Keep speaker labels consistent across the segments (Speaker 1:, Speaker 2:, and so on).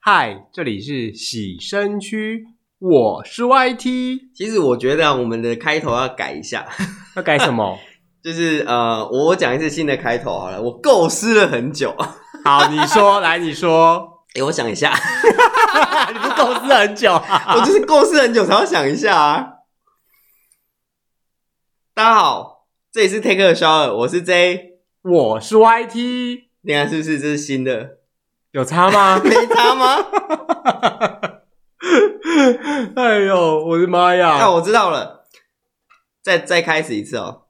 Speaker 1: 嗨，这里是洗身区，我是 YT，
Speaker 2: 其实我觉得、啊、我们的开头要改一下，
Speaker 1: 要改什么？
Speaker 2: 就是呃，我我讲一次新的开头好了。我构思了很久，
Speaker 1: 好，你说，来，你说，
Speaker 2: 哎、我想一下， 哎
Speaker 1: 你不构思很久、啊？
Speaker 2: 我就是构思很久才要想一下啊。大家好，这里是 Take a Shower，我是 J，
Speaker 1: 我是 YT，
Speaker 2: 你看是不是这是新的？
Speaker 1: 有差 吗？
Speaker 2: 没差吗？
Speaker 1: 哎呦，我的妈
Speaker 2: 那、
Speaker 1: 呀！
Speaker 2: 哎我知道了，再再开始一次哦。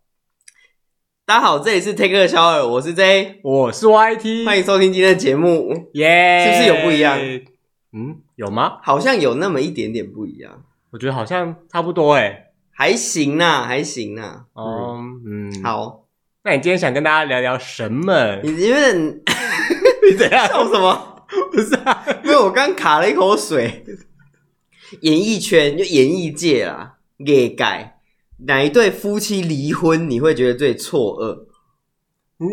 Speaker 2: 大家好，这里是 Take a Shower，我是 J，
Speaker 1: 我是 YT，
Speaker 2: 欢迎收听今天的节目。
Speaker 1: 耶
Speaker 2: 是不是有不一样？
Speaker 1: 嗯，有吗？
Speaker 2: 好像有那么一点点不一样，
Speaker 1: 我觉得好像差不多哎。
Speaker 2: 还行呐、还行呐、
Speaker 1: 哦，嗯，。
Speaker 2: 好，嗯
Speaker 1: 那你今天想跟大家聊聊什么？
Speaker 2: 你因为你
Speaker 1: 你怎样？
Speaker 2: 笑什么？
Speaker 1: 不是啊，
Speaker 2: 因为我刚卡了一口水。演艺圈就演艺界啦，给改哪一对夫妻离婚你会觉得最错愕？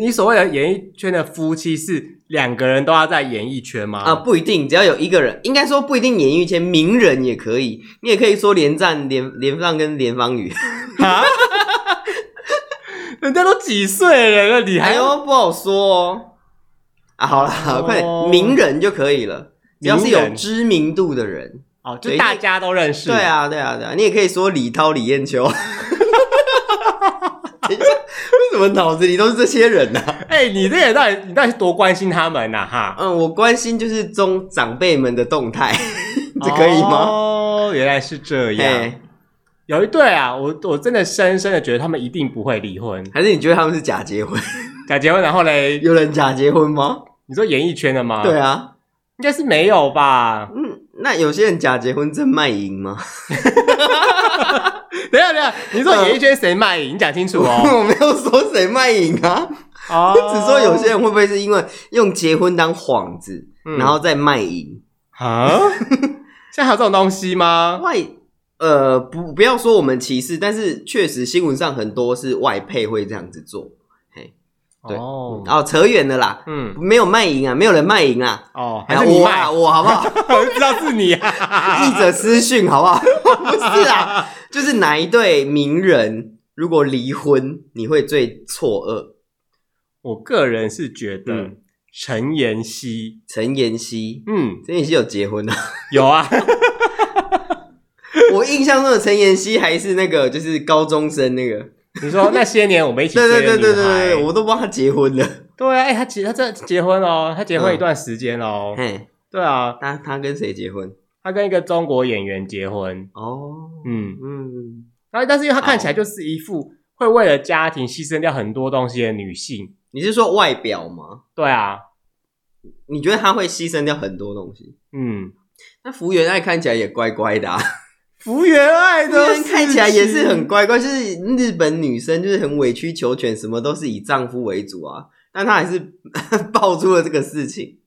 Speaker 1: 你所谓的演艺圈的夫妻是两个人都要在演艺圈吗？
Speaker 2: 啊，不一定，只要有一个人，应该说不一定演艺圈名人也可以，你也可以说连战、连连放跟连方宇。
Speaker 1: 啊，人家都几岁了，那你还
Speaker 2: 哎呦，不好说哦。啊，好
Speaker 1: 哦
Speaker 2: 了，快点，名人就可以了，只要是
Speaker 1: 名
Speaker 2: 有
Speaker 1: 人
Speaker 2: 知名度的人。
Speaker 1: 哦，就大家都认识，
Speaker 2: 对，啊，对啊，对啊，你也可以说李涛、李艳秋。 等一下为什么脑子里都是这些人呢、
Speaker 1: 哎、你这也到底你到底是多关心他们呐、哈？
Speaker 2: 嗯，我关心就是中长辈们的动态， 这可以吗？
Speaker 1: 哦，原来是这样。
Speaker 2: 哎，
Speaker 1: 有一对啊，我我真的深深的觉得他们一定不会离婚，
Speaker 2: 还是你觉得他们是假结婚？
Speaker 1: 假结婚，然后嘞，
Speaker 2: 有人假结婚吗？
Speaker 1: 你说演艺圈的吗？
Speaker 2: 对，啊，
Speaker 1: 应该是没有吧？
Speaker 2: 嗯，那有些人假结婚真卖淫吗？
Speaker 1: 等一下等一下，你说演艺圈谁卖淫？你讲清楚哦。
Speaker 2: 我没有说谁卖淫啊，
Speaker 1: 哦，
Speaker 2: 只说有些人会不会是因为用结婚当幌子，
Speaker 1: 嗯
Speaker 2: 然后再卖淫？
Speaker 1: 啊，现在还有这种东西吗？
Speaker 2: 外呃不不要说我们歧视，但是确实新闻上很多是外配会这样子做。对
Speaker 1: 哦，
Speaker 2: 哦，扯远了啦，
Speaker 1: 嗯，
Speaker 2: 没有卖淫啊，没有人卖淫啊，
Speaker 1: 哦，还是你
Speaker 2: 我
Speaker 1: 卖
Speaker 2: 啊？我好不好？
Speaker 1: 我知道是你啊。
Speaker 2: 译者私讯好不 好？不是 啊，就是哪一对名人如果离婚，你会最错愕？
Speaker 1: 我个人是觉得
Speaker 2: 嗯
Speaker 1: 陈妍希，
Speaker 2: 陈妍希，
Speaker 1: 嗯，
Speaker 2: 陈妍希有结婚啊？
Speaker 1: 有啊，
Speaker 2: 我印象中的陈妍希还是那个就是高中生那个，
Speaker 1: 你说那些年我们一起追
Speaker 2: 对
Speaker 1: 的
Speaker 2: 对
Speaker 1: 女孩，
Speaker 2: 对对对对，我都不知道她结婚了。
Speaker 1: 对啊，哎，她结她这结婚哦，她结婚
Speaker 2: 嗯
Speaker 1: 一段时间哦，
Speaker 2: 嘿，
Speaker 1: 对啊，
Speaker 2: 她她跟谁结婚？
Speaker 1: 她跟一个中国演员结婚，
Speaker 2: 哦，
Speaker 1: 嗯，
Speaker 2: 嗯，
Speaker 1: 然后但是因为她看起来就是一副会为了家庭牺牲掉很多东西的女性，
Speaker 2: 你是说外表吗？
Speaker 1: 对啊，
Speaker 2: 你觉得她会牺牲掉很多东西？
Speaker 1: 嗯，
Speaker 2: 那福原爱看起来也乖乖 的、啊，
Speaker 1: 福原爱
Speaker 2: 福原
Speaker 1: 的
Speaker 2: 爱 看起来也是很乖乖，就是日本女生就是很委曲求全，什么都是以丈夫为主啊，但她还是 爆出了这个事情。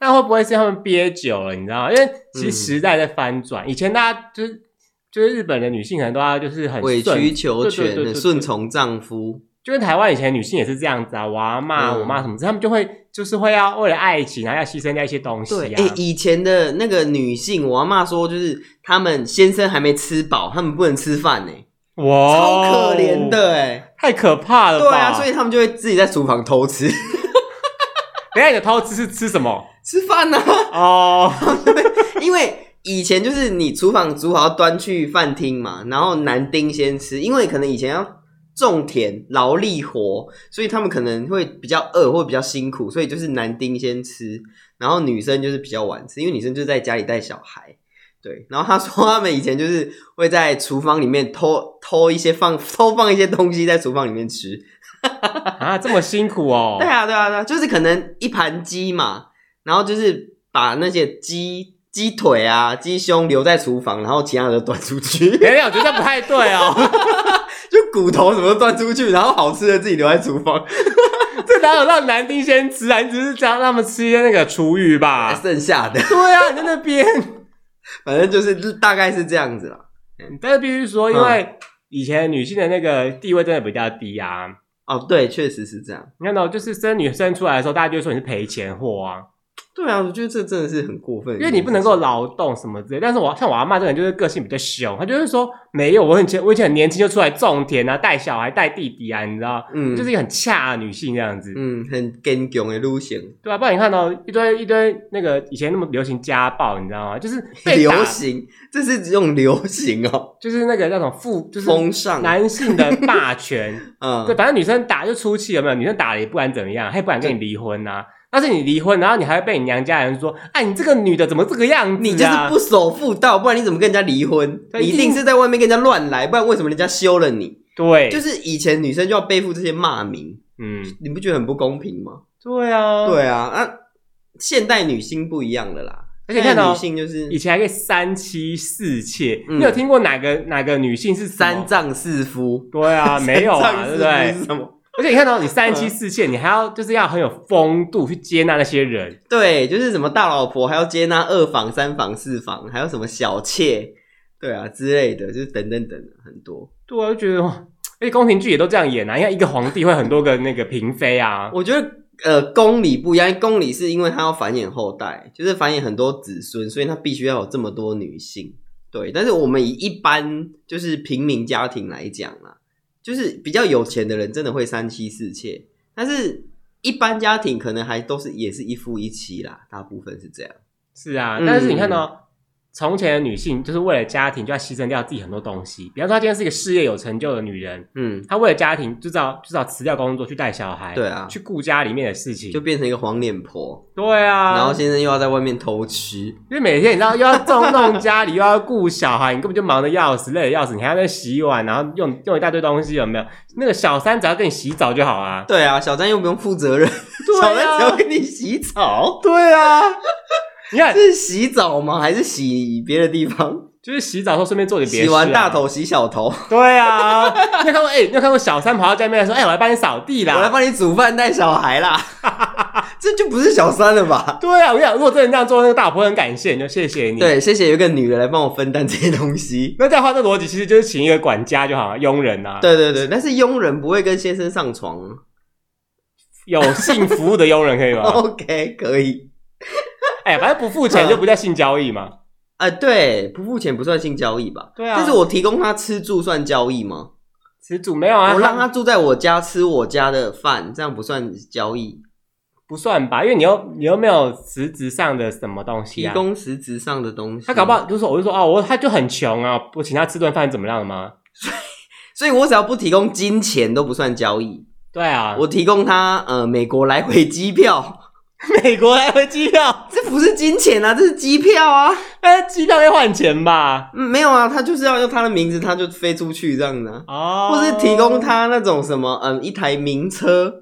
Speaker 1: 那会不会是他们憋久了？你知道吗？因为其
Speaker 2: 嗯
Speaker 1: 实时代在翻转，以前大家就是就是日本的女性可能都要就是很
Speaker 2: 委
Speaker 1: 顺
Speaker 2: 曲
Speaker 1: 对
Speaker 2: 求
Speaker 1: 对
Speaker 2: 全，
Speaker 1: 对
Speaker 2: 很
Speaker 1: 对对
Speaker 2: 顺从丈夫，
Speaker 1: 就跟台湾以前女性也是这样子啊，我阿妈、
Speaker 2: 嗯
Speaker 1: 我妈什么，他们就会就是会要为了爱情，然后要牺牲掉一些东西
Speaker 2: 对，
Speaker 1: 啊。
Speaker 2: 哎、以前的那个女性，我阿妈说，就是他们先生还没吃饱，他们不能吃饭呢、
Speaker 1: 哇
Speaker 2: 超可怜，的哎、
Speaker 1: 太哦可怕了吧？
Speaker 2: 对啊，所以他们就会自己在厨房偷吃
Speaker 1: 等一下你的偷吃是吃什么？
Speaker 2: 吃饭啊呢、
Speaker 1: 哦，
Speaker 2: 因为以前就是你厨房煮好端去饭厅嘛，然后男丁先吃，因为可能以前要种田劳力活，所以他们可能会比较饿或比较辛苦，所以就是男丁先吃，然后女生就是比较晚吃，因为女生就在家里带小孩。对，然后他说他们以前就是会在厨房里面偷 偷一些放偷放一些东西在厨房里面吃，
Speaker 1: 啊，这么辛苦哦
Speaker 2: 对。啊，对啊，对啊，就是可能一盘鸡嘛，然后就是把那些鸡鸡腿啊、鸡胸留在厨房，然后其他的都端出去，
Speaker 1: 等一下，我觉得这样不太对 哦，
Speaker 2: 就骨头什么都端出去，然后好吃的自己留在厨房，
Speaker 1: 这哪有让男丁先吃啊？你只是让他们吃一些那个厨余吧？
Speaker 2: 剩下的
Speaker 1: 对啊，你在那边。
Speaker 2: 反正就是大概是这样子啦。
Speaker 1: 但是必须说，因为嗯以前女性的那个地位真的比较低啊。
Speaker 2: 哦，对，确实是这样。
Speaker 1: 你看到，就是生女生出来的时候，大家就会说你是赔钱货啊。
Speaker 2: 对啊，我觉得这真的是很过分，
Speaker 1: 因为你不能够劳动什么之类。但是我像我阿妈这个人，就是个性比较凶，她就是说没有，我很前我以前很年轻就出来种田啊，带小孩带弟弟啊，你知道，
Speaker 2: 嗯，
Speaker 1: 就是一个很恰的女性这样子，
Speaker 2: 嗯很坚强的路线，
Speaker 1: 对吧、不然你看到、一堆一堆那个以前那么流行家暴，你知道吗？就是被打
Speaker 2: 流，行，这是这种流行哦，
Speaker 1: 就是那个那种父，就是
Speaker 2: 风尚，
Speaker 1: 男性的霸权，对，
Speaker 2: 嗯，
Speaker 1: 反正女生打就出气，有没有？女生打了也不管怎么样，她也不敢跟你离婚呐、但是你离婚，然后你还会被你娘家人说：“哎，你这个女的怎么这个样子、啊？”
Speaker 2: 你就是不守妇道，不然你怎么跟人家离婚？
Speaker 1: 对
Speaker 2: 你
Speaker 1: 一
Speaker 2: 一
Speaker 1: 定
Speaker 2: 定是在外面跟人家乱来，不然为什么人家休了你？
Speaker 1: 对，
Speaker 2: 就是以前女生就要背负这些骂名，
Speaker 1: 嗯，
Speaker 2: 你不觉得很不公平吗？
Speaker 1: 对啊，。
Speaker 2: 对啊，那、现代女性不一样了啦，
Speaker 1: 而且看
Speaker 2: 现代
Speaker 1: 到
Speaker 2: 女性就是
Speaker 1: 以前还可以三妻四妾，
Speaker 2: 嗯
Speaker 1: 你有听过哪个哪个女性是什么
Speaker 2: 三？藏四夫，
Speaker 1: 对 啊，没有啊，对不
Speaker 2: 三藏四夫
Speaker 1: 对？
Speaker 2: 是什么？
Speaker 1: 而且你看到、你三妻四妾，你还要就是要很有风度去接纳那些
Speaker 2: 嗯
Speaker 1: 人，
Speaker 2: 对，就是什么大老婆还要接纳二房、三房、四房，还有什么小妾，对啊之类的，就是等等等很多。
Speaker 1: 对啊，我就觉得哇，而且宫廷剧也都这样演啊，你看一个皇帝会很多个那个嫔妃啊，
Speaker 2: 我觉得呃，宫里不一样，宫里是因为他要繁衍后代，就是繁衍很多子孙，所以他必须要有这么多女性。对，但是我们以一般就是平民家庭来讲啦，就是比较有钱的人真的会三妻四妾，但是一般家庭可能还都是也是一夫一妻啦，大部分是这样。
Speaker 1: 是啊，
Speaker 2: 嗯
Speaker 1: 但是你看到、从前的女性就是为了家庭就要牺牲掉自己很多东西，比方说她今天是一个事业有成就的女人，
Speaker 2: 嗯，
Speaker 1: 她为了家庭就知道就知道辞掉工作去带小孩，
Speaker 2: 对啊，
Speaker 1: 去顾家里面的事情，
Speaker 2: 就变成一个黄脸婆，
Speaker 1: 对啊，
Speaker 2: 然后先生又要在外面偷吃，
Speaker 1: 因为每天你知道又要种弄家里，又要顾小孩，你根本就忙得要死，累得要死，你还要在洗碗，然后用用一大堆东西，有没有？那个小三只要跟你洗澡就好啊。
Speaker 2: 对啊，小张又不用负责任，小
Speaker 1: 对
Speaker 2: 张只要
Speaker 1: 啊，
Speaker 2: 给你洗澡，
Speaker 1: 对啊。你看，
Speaker 2: 是洗澡吗？还是洗别的地方？
Speaker 1: 就是洗澡的时候顺便做点别的、啊
Speaker 2: 洗完大。头洗小头，
Speaker 1: 对啊，你有看过？哎、你有看过小三跑到家里面来说：“哎、我来帮你扫地啦。”
Speaker 2: 我来帮你煮饭带小孩啦， 这就不是小三了吧？
Speaker 1: 对啊，我跟你讲，如果真的这样做，那个大婆很感谢你，就谢谢你。，
Speaker 2: 对，谢谢有一个女人来帮我分担这些东西。
Speaker 1: 那这样的话，这逻辑其实就是请一个管家就好了，佣人啊，
Speaker 2: 对对对，但是佣人不会跟先生上床啊。
Speaker 1: 有性服务的佣人可以
Speaker 2: 哦
Speaker 1: 吗？
Speaker 2: OK，可以。
Speaker 1: 哎、反正不付钱就不叫性交易嘛。
Speaker 2: 啊、对，不付钱不算性交易吧？
Speaker 1: 对啊
Speaker 2: 但是我提供他吃住算交易吗？
Speaker 1: 吃主没有啊，
Speaker 2: 我让
Speaker 1: 他
Speaker 2: 他住在我家，吃我家的饭，这样不算交易。
Speaker 1: 不算吧，因为你又你又没有实质上的什么东西
Speaker 2: 提
Speaker 1: 啊。
Speaker 2: 供实质上的东西，
Speaker 1: 他搞不好就是说，我就说哦，我他就很穷啊，我请他吃顿饭怎么样吗？
Speaker 2: 所以我只要不提供金钱都不算交易。
Speaker 1: 对啊，
Speaker 2: 我提供他呃美国来回 机票，
Speaker 1: 美国来回机票，
Speaker 2: 这不是金钱啊，这是机票啊。
Speaker 1: 哎，机票要换钱 吧？
Speaker 2: 嗯，没有啊，他就是要用他的名字，他就飞出去这样子啊，
Speaker 1: 哦，
Speaker 2: 或是提供他那种什么，嗯，一台名车，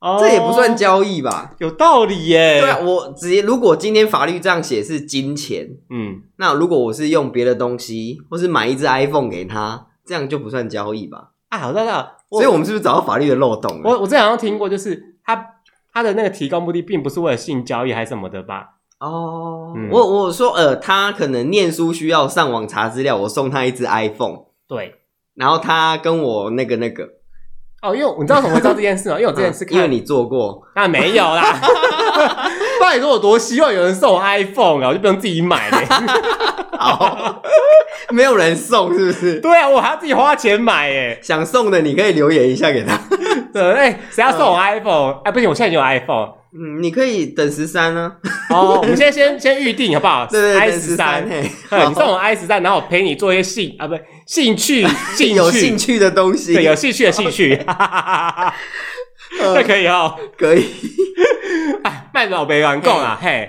Speaker 1: 哦，
Speaker 2: 这也不算交易吧？
Speaker 1: 有道理耶。
Speaker 2: 对啊，我直接如果今天法律这样写是金钱，
Speaker 1: 嗯，
Speaker 2: 那如果我是用别的东西，或是买一只 iPhone 给他，这样就不算交易吧？
Speaker 1: 啊，我知道了，
Speaker 2: 所以我们是不是找到法律的漏洞了？
Speaker 1: 我我之前好像听过，就是他他的那个提供目的并不是为了性交易还是什么的吧？
Speaker 2: 哦，
Speaker 1: 嗯
Speaker 2: 我我说呃，他可能念书需要上网查资料，我送他一只 iPhone，
Speaker 1: 对。
Speaker 2: 然后他跟我那个那个，
Speaker 1: 哦，因为我你知道怎么会知道这件事吗？因为我之前是
Speaker 2: 嗯
Speaker 1: 看，
Speaker 2: 因为你做过，
Speaker 1: 啊没有 啦，不然你说我多希望有人送我 iPhone 啊，我就不用自己买嘞。
Speaker 2: 好， 没有人送是不 是？
Speaker 1: 对啊，我还要自己花钱买耶。
Speaker 2: 想送的你可以留言一下给他。
Speaker 1: 对，哎、谁要送我 iPhone？哎、不行，我现在已经有 iPhone。
Speaker 2: 嗯，你可以等十三啊，
Speaker 1: 哦，我们现在先先预定好不好？
Speaker 2: 对对
Speaker 1: i
Speaker 2: 对，等
Speaker 1: 十三
Speaker 2: 十三， 嘿，
Speaker 1: 嗯你送我 i 十三，然后我陪你做一些兴啊，不兴趣 兴趣
Speaker 2: 有兴趣的东西，
Speaker 1: 对有兴趣的兴趣，哈哈哈哈哈
Speaker 2: 呃
Speaker 1: 这可以哦。
Speaker 2: 可以。
Speaker 1: 哎，卖老没玩够啦，嘿，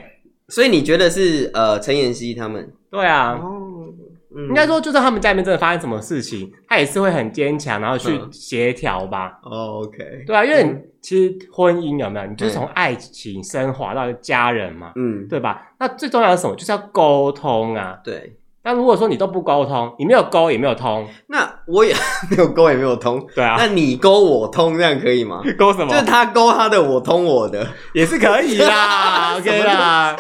Speaker 2: 所以你觉得是呃陈妍希他们？
Speaker 1: 对啊。
Speaker 2: 哦，嗯
Speaker 1: 应该说，就算他们家里面真的发生什么事情，他也是会很坚强，然后去
Speaker 2: 嗯
Speaker 1: 协调吧。
Speaker 2: 哦，OK，
Speaker 1: 对啊，因为你
Speaker 2: 嗯
Speaker 1: 其实婚姻有没有，你就是从爱情升华到家人嘛。
Speaker 2: 嗯，
Speaker 1: 对吧？那最重要的是什么？就是要沟通啊。
Speaker 2: 对。
Speaker 1: 但如果说你都不沟通，你没有沟也没有通，
Speaker 2: 那我也 没有勾也没有通，
Speaker 1: 对啊哦
Speaker 2: 那，你勾我通这样可以吗？
Speaker 1: 沟什
Speaker 2: 就是
Speaker 1: 么
Speaker 2: 他勾他的，我通我的。
Speaker 1: 也是可以 啦，OK 啦。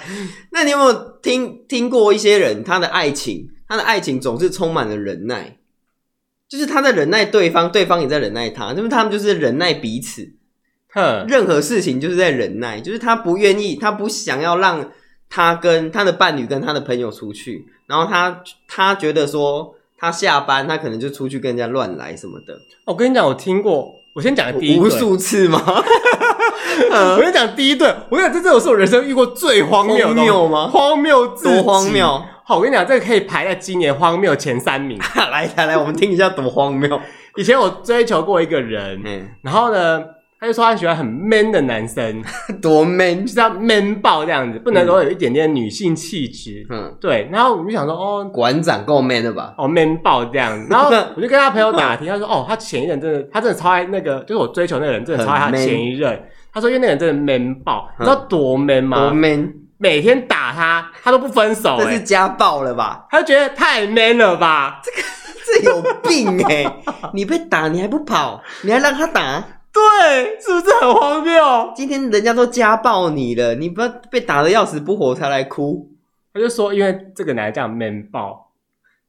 Speaker 2: 那你有没有听听过一些人，他的爱情，他的爱情总是充满了忍耐，就是他在忍耐对方，对方也在忍耐他，那么他们就是忍耐彼此。
Speaker 1: 哼，哦
Speaker 2: 任何事情就是在忍耐，就是他不愿意，他不想要让他跟他的伴侣跟他的朋友出去，然后他他觉得说他下班他可能就出去跟人家乱来什么的，
Speaker 1: 我跟你讲，我听过，我先讲第一
Speaker 2: 无
Speaker 1: 对，
Speaker 2: 数次吗？
Speaker 1: 我先讲第一对，我跟你讲，这真的是我人生遇过最荒谬的东
Speaker 2: 荒
Speaker 1: 西，
Speaker 2: 谬吗
Speaker 1: 荒谬至
Speaker 2: 多
Speaker 1: 极
Speaker 2: 荒！谬！
Speaker 1: 好，我跟你讲，这个可以排在今年荒谬前三名。
Speaker 2: 来来来，我们听一下多荒谬。
Speaker 1: 以前我追求过一个人，
Speaker 2: 嗯，
Speaker 1: 然后呢，他就说他喜欢很 man 的男生，
Speaker 2: 多 man
Speaker 1: 就。是要 man 爆这样子，不能够有一点点女性气质。
Speaker 2: 嗯，
Speaker 1: 对，然后我们就想说，哦
Speaker 2: 馆长够 man 的吧？
Speaker 1: 哦 man 爆这样 子，然后我就跟他朋友打听，他说，哦，他前一任真的，他真的超爱那个，就是我追求那个人，真的超爱他
Speaker 2: 很 man 嗯
Speaker 1: 前一任。他说，因为那个人真的 man 爆，你知道多 man
Speaker 2: 多
Speaker 1: 吗？
Speaker 2: man，
Speaker 1: 每天打他，他都不分手、
Speaker 2: 这是
Speaker 1: 欸，
Speaker 2: 家暴了吧？
Speaker 1: 他就觉得太 man 了吧？
Speaker 2: 这有病哎、 你被打你还不跑，你还让他打？
Speaker 1: 对，是不是很荒谬？
Speaker 2: 今天人家都家暴你了，你不要被打的要死不活才来哭，
Speaker 1: 他就说，因为这个男的这样 man 爆，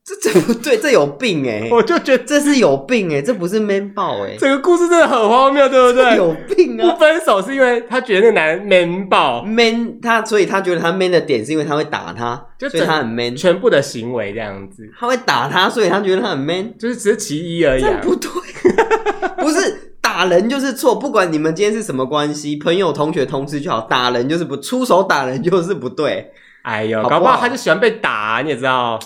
Speaker 2: 这这不对，这有病哎、
Speaker 1: 我就觉得
Speaker 2: 这是有病哎、这不是 man 暴哎、
Speaker 1: 整个故事真的很荒谬，对不
Speaker 2: 这
Speaker 1: 对？
Speaker 2: 有 病
Speaker 1: 不
Speaker 2: 啊
Speaker 1: 分手是因为他觉得那个男人 man 爆，
Speaker 2: ！man 他所以他觉得他 man 的点是因为他会打他，
Speaker 1: 就
Speaker 2: 所以
Speaker 1: 整
Speaker 2: 他很 man，
Speaker 1: 全部的行为这样子，
Speaker 2: 他会打他，所以他觉得他很 man。
Speaker 1: 就是只是其一而已、
Speaker 2: 这
Speaker 1: 啊
Speaker 2: 样。不对， 不是打人就是错，不管你们今天是什么关系，朋友、同学、同事就好，打人就是不出手打人就是不对，
Speaker 1: 哎呦，
Speaker 2: 好不
Speaker 1: 搞
Speaker 2: 好
Speaker 1: 不好他就喜欢被打、你也知道。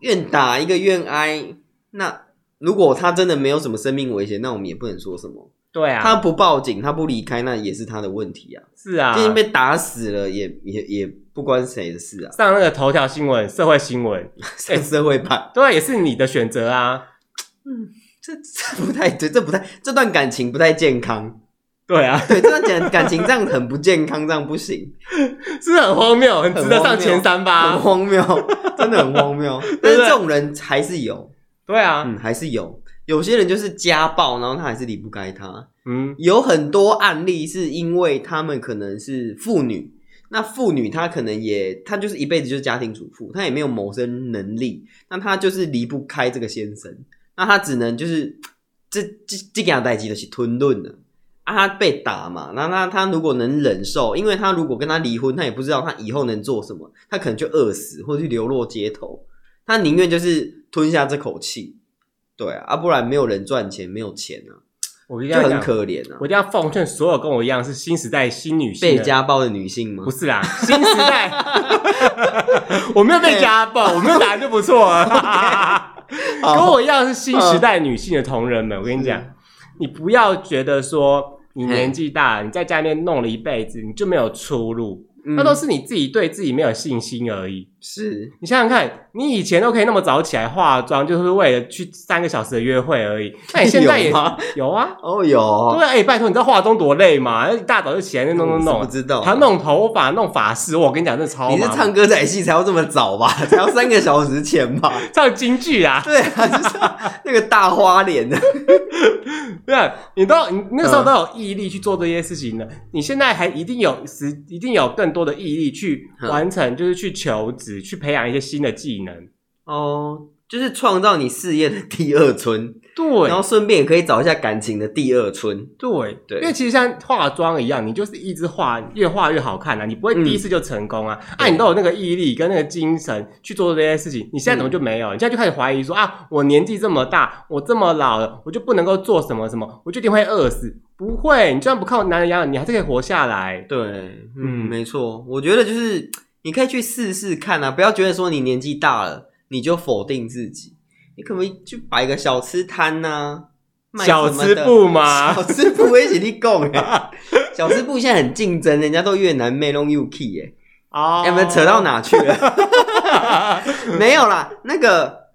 Speaker 2: 愿打一个愿挨。那如果他真的没有什么生命危险，那我们也不能说什么。
Speaker 1: 对啊，
Speaker 2: 他不报警，他不离开，那也是他的问题啊。
Speaker 1: 是啊
Speaker 2: 毕，竟被打死了，也也也不关谁的事啊。
Speaker 1: 上那个头条新闻、社会新闻，
Speaker 2: 上社会吧，
Speaker 1: 对啊，也是你的选择啊。
Speaker 2: 这这不太对，这不太这段感情不太健康。
Speaker 1: 对啊，
Speaker 2: 对，这段感感情这样很不健康，这样不行。
Speaker 1: 是不是很荒谬，很值得上前三
Speaker 2: 很
Speaker 1: 吧？
Speaker 2: 荒谬， 真的很荒谬。但是这种人还是有，
Speaker 1: 对啊，
Speaker 2: 嗯，还是有。有些人就是家暴，然后他还是离不开他。
Speaker 1: 嗯，
Speaker 2: 有很多案例是因为他们可能是妇女，那妇女她可能也她就是一辈子就是家庭主妇，她也没有谋生能力，那她就是离不开这个先生，那她只能就是这这这给他代际的是吞论了。啊，她被打嘛，那那她如果能忍受，因为她如果跟他离婚，她也不知道她以后能做什么，她可能就饿死或者去流落街头，她宁愿就是吞下这口气，对啊，啊不然没有人赚钱，没有钱啊，
Speaker 1: 我一定
Speaker 2: 就
Speaker 1: 要
Speaker 2: 很
Speaker 1: 讲，
Speaker 2: 可怜啊。
Speaker 1: 我一定要奉劝所有跟我一样是新时代新女性
Speaker 2: 被
Speaker 1: 的
Speaker 2: 家暴的女性吗
Speaker 1: 不？是啦，新时代， 我没有被家暴，我没有打人就不错了。
Speaker 2: 哦
Speaker 1: 跟我一样是新时代女性的同仁们，我跟你讲
Speaker 2: 是，
Speaker 1: 你不要觉得说你
Speaker 2: 嘿
Speaker 1: 年纪大，你在家里面弄了一辈子，你就没有出路，
Speaker 2: 嗯
Speaker 1: 那都是你自己对自己没有信心而已。
Speaker 2: 是
Speaker 1: 你想想看，你以前都可以那么早起来化妆，就是为了去三个小时的约会而 已，那你现在也
Speaker 2: 有吗？
Speaker 1: 有啊？
Speaker 2: 哦，有
Speaker 1: 对啊，哎、拜托，你知道化妆多累吗？一大早就起来那弄弄
Speaker 2: 我是
Speaker 1: 弄
Speaker 2: 不，知道
Speaker 1: 还要弄头发、弄发饰，我跟你讲，这超
Speaker 2: 你是
Speaker 1: 麻烦
Speaker 2: 唱歌仔戏才要这么早吧？ 才要三个小时前吧？
Speaker 1: 唱京剧啊？
Speaker 2: 对啊，就是那个大花脸的，
Speaker 1: 对啊，你都
Speaker 2: 嗯
Speaker 1: 你那时候都有毅力去做这些事情了，你现在还一定有时，一定有更多的毅力去
Speaker 2: 嗯
Speaker 1: 完成，就是去求职，去培养一些新的技能。
Speaker 2: 哦，就是创造你事业的第二春，
Speaker 1: 对
Speaker 2: 然后顺便也可以找一下感情的第二春。
Speaker 1: 对
Speaker 2: 对
Speaker 1: 因为其实像化妆一样，你就是一直化，越化越好看啊，你不会
Speaker 2: 嗯
Speaker 1: 第一次就成功啊。
Speaker 2: 对
Speaker 1: 啊，你都有那个毅力跟那个精神去做这些事情，你现在怎么就
Speaker 2: 嗯
Speaker 1: 没有？你现在就开始怀疑说啊，我年纪这么大，我这么老了，我就不能够做什么什么，我就一定会饿死。不会，你就算不靠男人养你，你还是可以活下来。
Speaker 2: 对，
Speaker 1: 嗯
Speaker 2: 嗯，没错，我觉得就是你可以去试试看啊，不要觉得说你年纪大了你就否定自己，你可不可以去摆个小吃摊呐、卖什
Speaker 1: 小
Speaker 2: 么
Speaker 1: 吃
Speaker 2: 的
Speaker 1: 部吗？
Speaker 2: 小吃部我也是你讲哎， 小吃部现在很竞争，人家都越南妹弄 UK 哎，
Speaker 1: 哦
Speaker 2: 哎，我们扯到？哪去了？没有啦，那个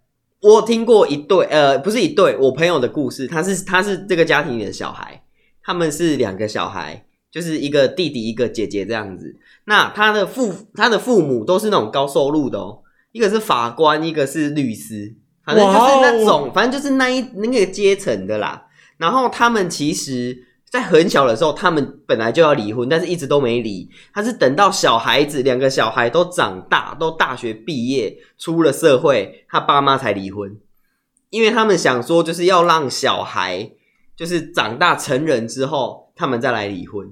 Speaker 2: 我听过一对，呃，不是一对，我朋友的故事，他是他是这个家庭里的小孩，他们是两个小孩，就是一个弟弟一个姐姐这样子。那他的父他的父母都是那种高收入的哦，一个是法官，一个是律师，反正就是那
Speaker 1: 哇
Speaker 2: 种，反正就是那一那个阶层的啦。然后他们其实，在很小的时候，他们本来就要离婚，但是一直都没离。他是等到小孩子两个小孩都长大，都大学毕业，出了社会，他爸妈才离婚，因为他们想说，就是要让小孩。就是长大成人之后，他们再来离婚。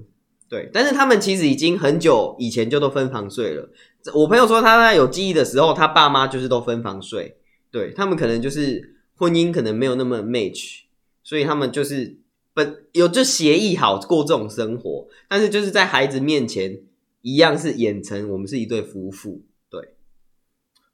Speaker 2: 对，但是他们其实已经很久以前就都分房睡了。这我朋友说他在有记忆的时候，他爸妈就是都分房睡。对他们可能就是婚姻可能没有那么 match，所以他们就是本有就协议好过这种生活，但是就是在孩子面前一样是演成我们是一对夫妇。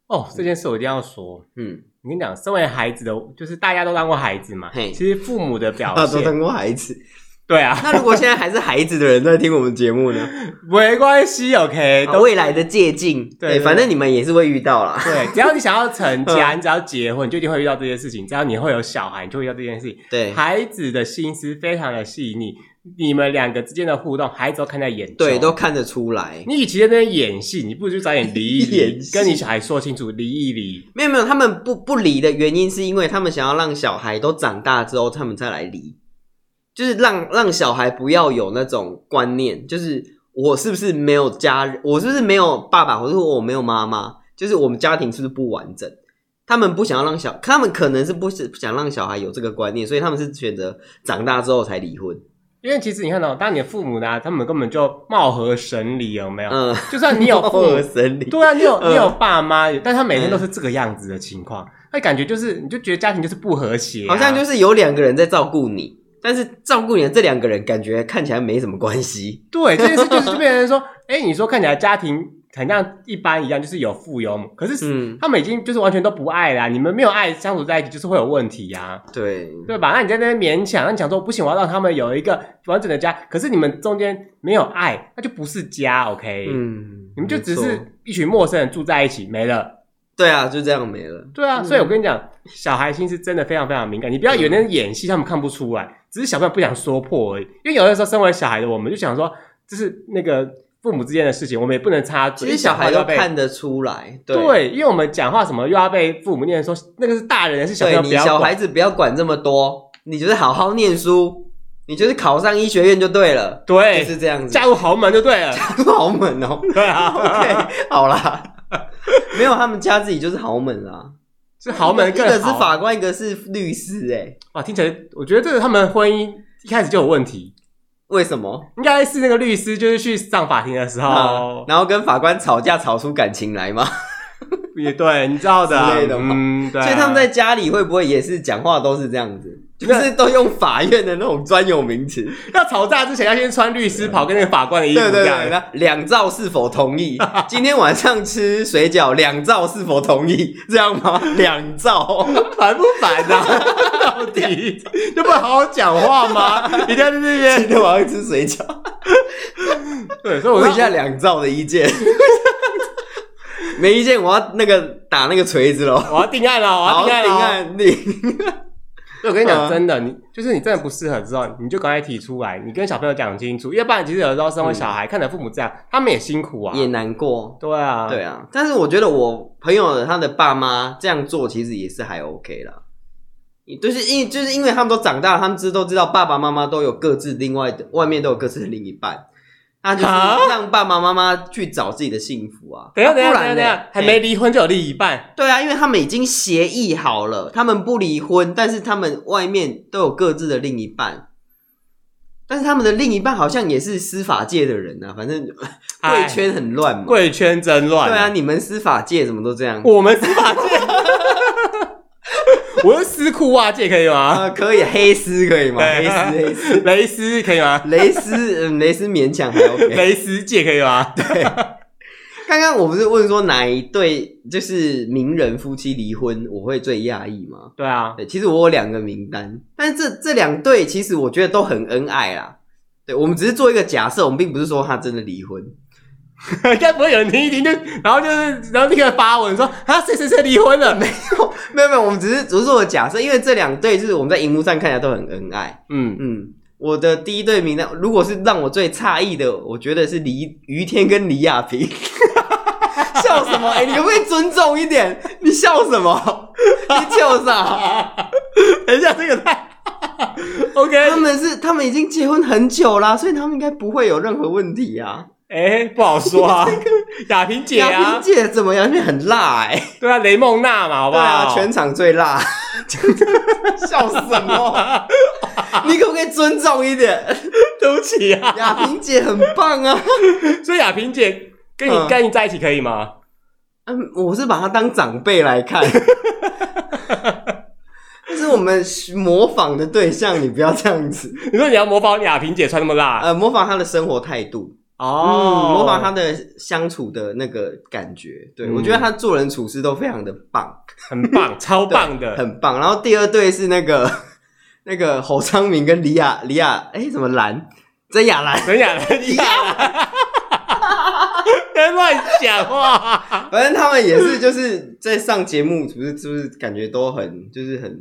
Speaker 1: 哦，这件事我一定要说。
Speaker 2: 嗯，
Speaker 1: 我跟你讲，身为孩子的，就是大家都当过孩子嘛。
Speaker 2: 嘿
Speaker 1: 其实父母的表
Speaker 2: 他都
Speaker 1: 现，
Speaker 2: 当过孩子。
Speaker 1: 对啊，
Speaker 2: 那如果现在还是孩子的人在听我们节目呢？
Speaker 1: 没关系，OK，
Speaker 2: 啊
Speaker 1: 都
Speaker 2: 未来的借鉴，
Speaker 1: 对
Speaker 2: 对，
Speaker 1: 对
Speaker 2: 反正你们也是会遇到啦。
Speaker 1: 对。只要你想要 成家，
Speaker 2: 嗯
Speaker 1: 你只要结婚，你就一定会遇到这件事情。只要你会有小孩，你就会遇到这件事情。
Speaker 2: 对
Speaker 1: 孩子的心思非常的细腻，你们两个之间的互动，孩子都看在眼中。
Speaker 2: 对，都看得出来。
Speaker 1: 你与其在那边演戏，你不如就早点离一
Speaker 2: 演
Speaker 1: 离，
Speaker 2: 戏
Speaker 1: 跟你小孩说清楚，离一离。
Speaker 2: 没有没有，他们不不离的原因是因为他们想要让小孩都长大之后，他们再来离，就是让让小孩不要有那种观念，就是我是不是没有家人，我是不是没有爸爸，或者我没有妈妈，就是我们家庭是不是不完整？他们不想要让小，他们可能是不是不想让小孩有这个观念，所以他们是选择长大之后才离婚。
Speaker 1: 因为其实你看到、哦当你的父母呢、他们根本就貌合神离，有没有？
Speaker 2: 嗯，
Speaker 1: 就算你有父母
Speaker 2: 二神离，
Speaker 1: 对啊，你有
Speaker 2: 嗯
Speaker 1: 你有爸妈，但他每天都是这个样子的情况，那感觉就是你就觉得家庭就是不和谐啊、
Speaker 2: 好像就是有两个人在照顾你，但是照顾你的这两个人感觉看起来没什么关系。
Speaker 1: 对这件事，就是就变成说，哎，你说看起来家庭很像一般一样，就是有父有母，可是
Speaker 2: 嗯，
Speaker 1: 他们已经就是完全都不爱啦、你们没有爱相处在一起，就是会有问题呀、
Speaker 2: 对，
Speaker 1: 对吧？那你在那边勉强，那你想说不行，我要让他们有一个完整的家，可是你们中间没有爱，那就不是家，OK？、
Speaker 2: 嗯，
Speaker 1: 你们就只
Speaker 2: 没错
Speaker 1: 是一群陌生人住在一起，没了。
Speaker 2: 对啊，就这样没了。
Speaker 1: 对啊，
Speaker 2: 嗯
Speaker 1: 所以我跟你讲，小孩心是真的非常非常敏感。你不要以为那是演戏，他们看不出来，只是小朋友不想说破而已。因为有的时候，身为小孩的我们就想说，这是那个父母之间的事情，我们也不能插嘴。
Speaker 2: 其实小孩
Speaker 1: 要
Speaker 2: 都
Speaker 1: 被
Speaker 2: 看得出来，对，
Speaker 1: 对，因为我们讲话什么又要被父母念说，那个是大人的事，小朋
Speaker 2: 对
Speaker 1: 友
Speaker 2: 你
Speaker 1: 不要
Speaker 2: 小
Speaker 1: 管。
Speaker 2: 孩子不要管这么多，你就是好好念书，你就是考上医学院就对了，就
Speaker 1: 对，
Speaker 2: 是这样子
Speaker 1: 嫁。入豪门就对 了。
Speaker 2: 豪 门哦
Speaker 1: 对啊，
Speaker 2: ，OK，好啦，没有他们家自己就是豪门啦，
Speaker 1: 是豪门
Speaker 2: 一
Speaker 1: 更
Speaker 2: 个是
Speaker 1: 好啊
Speaker 2: 法官，一个是律师，哎，
Speaker 1: 哇，听起来我觉得这个他们婚姻一开始就有问题，
Speaker 2: 为什么？
Speaker 1: 应该是那个律师就是去上法庭的时
Speaker 2: 啊
Speaker 1: 候，
Speaker 2: 然后跟法官吵架吵出感情来嘛，
Speaker 1: 也对，你知道的啊，
Speaker 2: 之类的嘛
Speaker 1: 嗯，对啊。
Speaker 2: 所以他们在家里会不会也是讲话都是这样子，就
Speaker 1: 那
Speaker 2: 是都用法院的那种专有名词？
Speaker 1: 要吵架之前要先穿律师袍跟那个法官的衣服，
Speaker 2: 对对
Speaker 1: 这样
Speaker 2: 对，那两兆是否 同意？今天晚上吃水饺，两兆是否同意？这样吗？两兆，
Speaker 1: 烦不烦 啊？到底就不好好讲话吗？一定要在那
Speaker 2: 今
Speaker 1: 边
Speaker 2: 天晚上吃水饺，
Speaker 1: 对，所以 我
Speaker 2: 问一
Speaker 1: 现
Speaker 2: 下
Speaker 1: 在
Speaker 2: 两兆的意见。 没意见，我要那个打那个锤子喽。
Speaker 1: 我要定案了，我要
Speaker 2: 好，
Speaker 1: 定案
Speaker 2: 定
Speaker 1: 了。
Speaker 2: 案你
Speaker 1: 所以我跟你讲，
Speaker 2: 嗯
Speaker 1: 真的，你就是你真的不适合之后，你就赶快提出来，你跟小朋友讲清楚，要不然其实有时候身为小孩，看着父母这样，他们也辛苦啊。
Speaker 2: 也难过。
Speaker 1: 对啊，
Speaker 2: 对啊，但是我觉得我朋友的他的爸妈这样做其实也是还 OK 啦。就是因就是因为他们都长大了，他们知都知道爸爸妈妈都有各自另外的外面都有各自的另一半，那就是
Speaker 1: 啊
Speaker 2: 让爸爸妈妈去找自己的幸福啊。
Speaker 1: 等一下，等一
Speaker 2: 不
Speaker 1: 下，等一下，
Speaker 2: 然呢
Speaker 1: 等一下，还
Speaker 2: 哎
Speaker 1: 没离婚就有另一半，
Speaker 2: 对啊，因为他们已经协议好了，他们不离婚，但是他们外面都有各自的另一半。但是他们的另一半好像也是司法界的人啊，反正
Speaker 1: 哎
Speaker 2: 贵圈很乱嘛。
Speaker 1: 贵圈真乱。
Speaker 2: 对啊，，你们司法界怎么都这 样？
Speaker 1: 我们司法界，我用丝裤袜界可以吗？
Speaker 2: 啊，可以黑丝可以吗？黑丝黑丝，
Speaker 1: 丝，蕾丝可以 吗？
Speaker 2: 蕾丝嗯，蕾丝勉强还 OK。
Speaker 1: 蕾丝界可以 吗？
Speaker 2: 刚刚我不是问说哪一对就是名人夫妻离婚我会最讶异吗？
Speaker 1: 对啊，
Speaker 2: 对，其实我有两个名单，但是这这两对其实我觉得都很恩爱啦。对，我们只是做一个假设，我们并不是说他真的离婚。
Speaker 1: 应该不会有人听一听就，然后就是然后立刻发文说啊谁谁谁离婚了，
Speaker 2: 没有没有，我们只是只是做个假设，因为这两对就是我们在荧幕上看起来都很恩爱。
Speaker 1: 嗯，
Speaker 2: 嗯，我的第一对名单，如果是让我最诧异的，我觉得是李于天跟李亚平。 笑什么？哎、你可不可以尊重一点？你笑什么？ 你笑啥？
Speaker 1: 等一下这个太 OK，
Speaker 2: 他们是他们已经结婚很久啦，所以他们应该不会有任何问题啊。
Speaker 1: 哎，不好说 啊。亚萍姐
Speaker 2: 杨萍
Speaker 1: 啊，
Speaker 2: 姐怎么杨萍很辣哎、
Speaker 1: 对啊，雷梦娜嘛，好不
Speaker 2: 对啊，
Speaker 1: 好？
Speaker 2: 全场最辣， 笑什么？ 你可不可以尊重一点？
Speaker 1: 对不起啊。
Speaker 2: 亚萍姐很棒啊，
Speaker 1: 所以亚萍姐跟你、
Speaker 2: 嗯
Speaker 1: 跟你在一起可以吗？
Speaker 2: 嗯，我是把她当长辈 来看，这是我们模仿的对象，你不要这样子。
Speaker 1: 你说你要模仿亚萍姐穿那么辣
Speaker 2: 呃，模仿她的生活态度，
Speaker 1: 哦
Speaker 2: 嗯，模仿她的相处的那个感觉。对、
Speaker 1: 嗯
Speaker 2: 我觉得她做人处事都非常的棒，
Speaker 1: 很 棒，超棒的，
Speaker 2: 很棒。然后第二对是那个 那个侯昌明跟李亚李亚，哎、什么兰？曾雅兰，
Speaker 1: 等一下，等一下， 别乱讲话。
Speaker 2: 反正他们也是，就是在上节目，不是是不是感觉都很就是很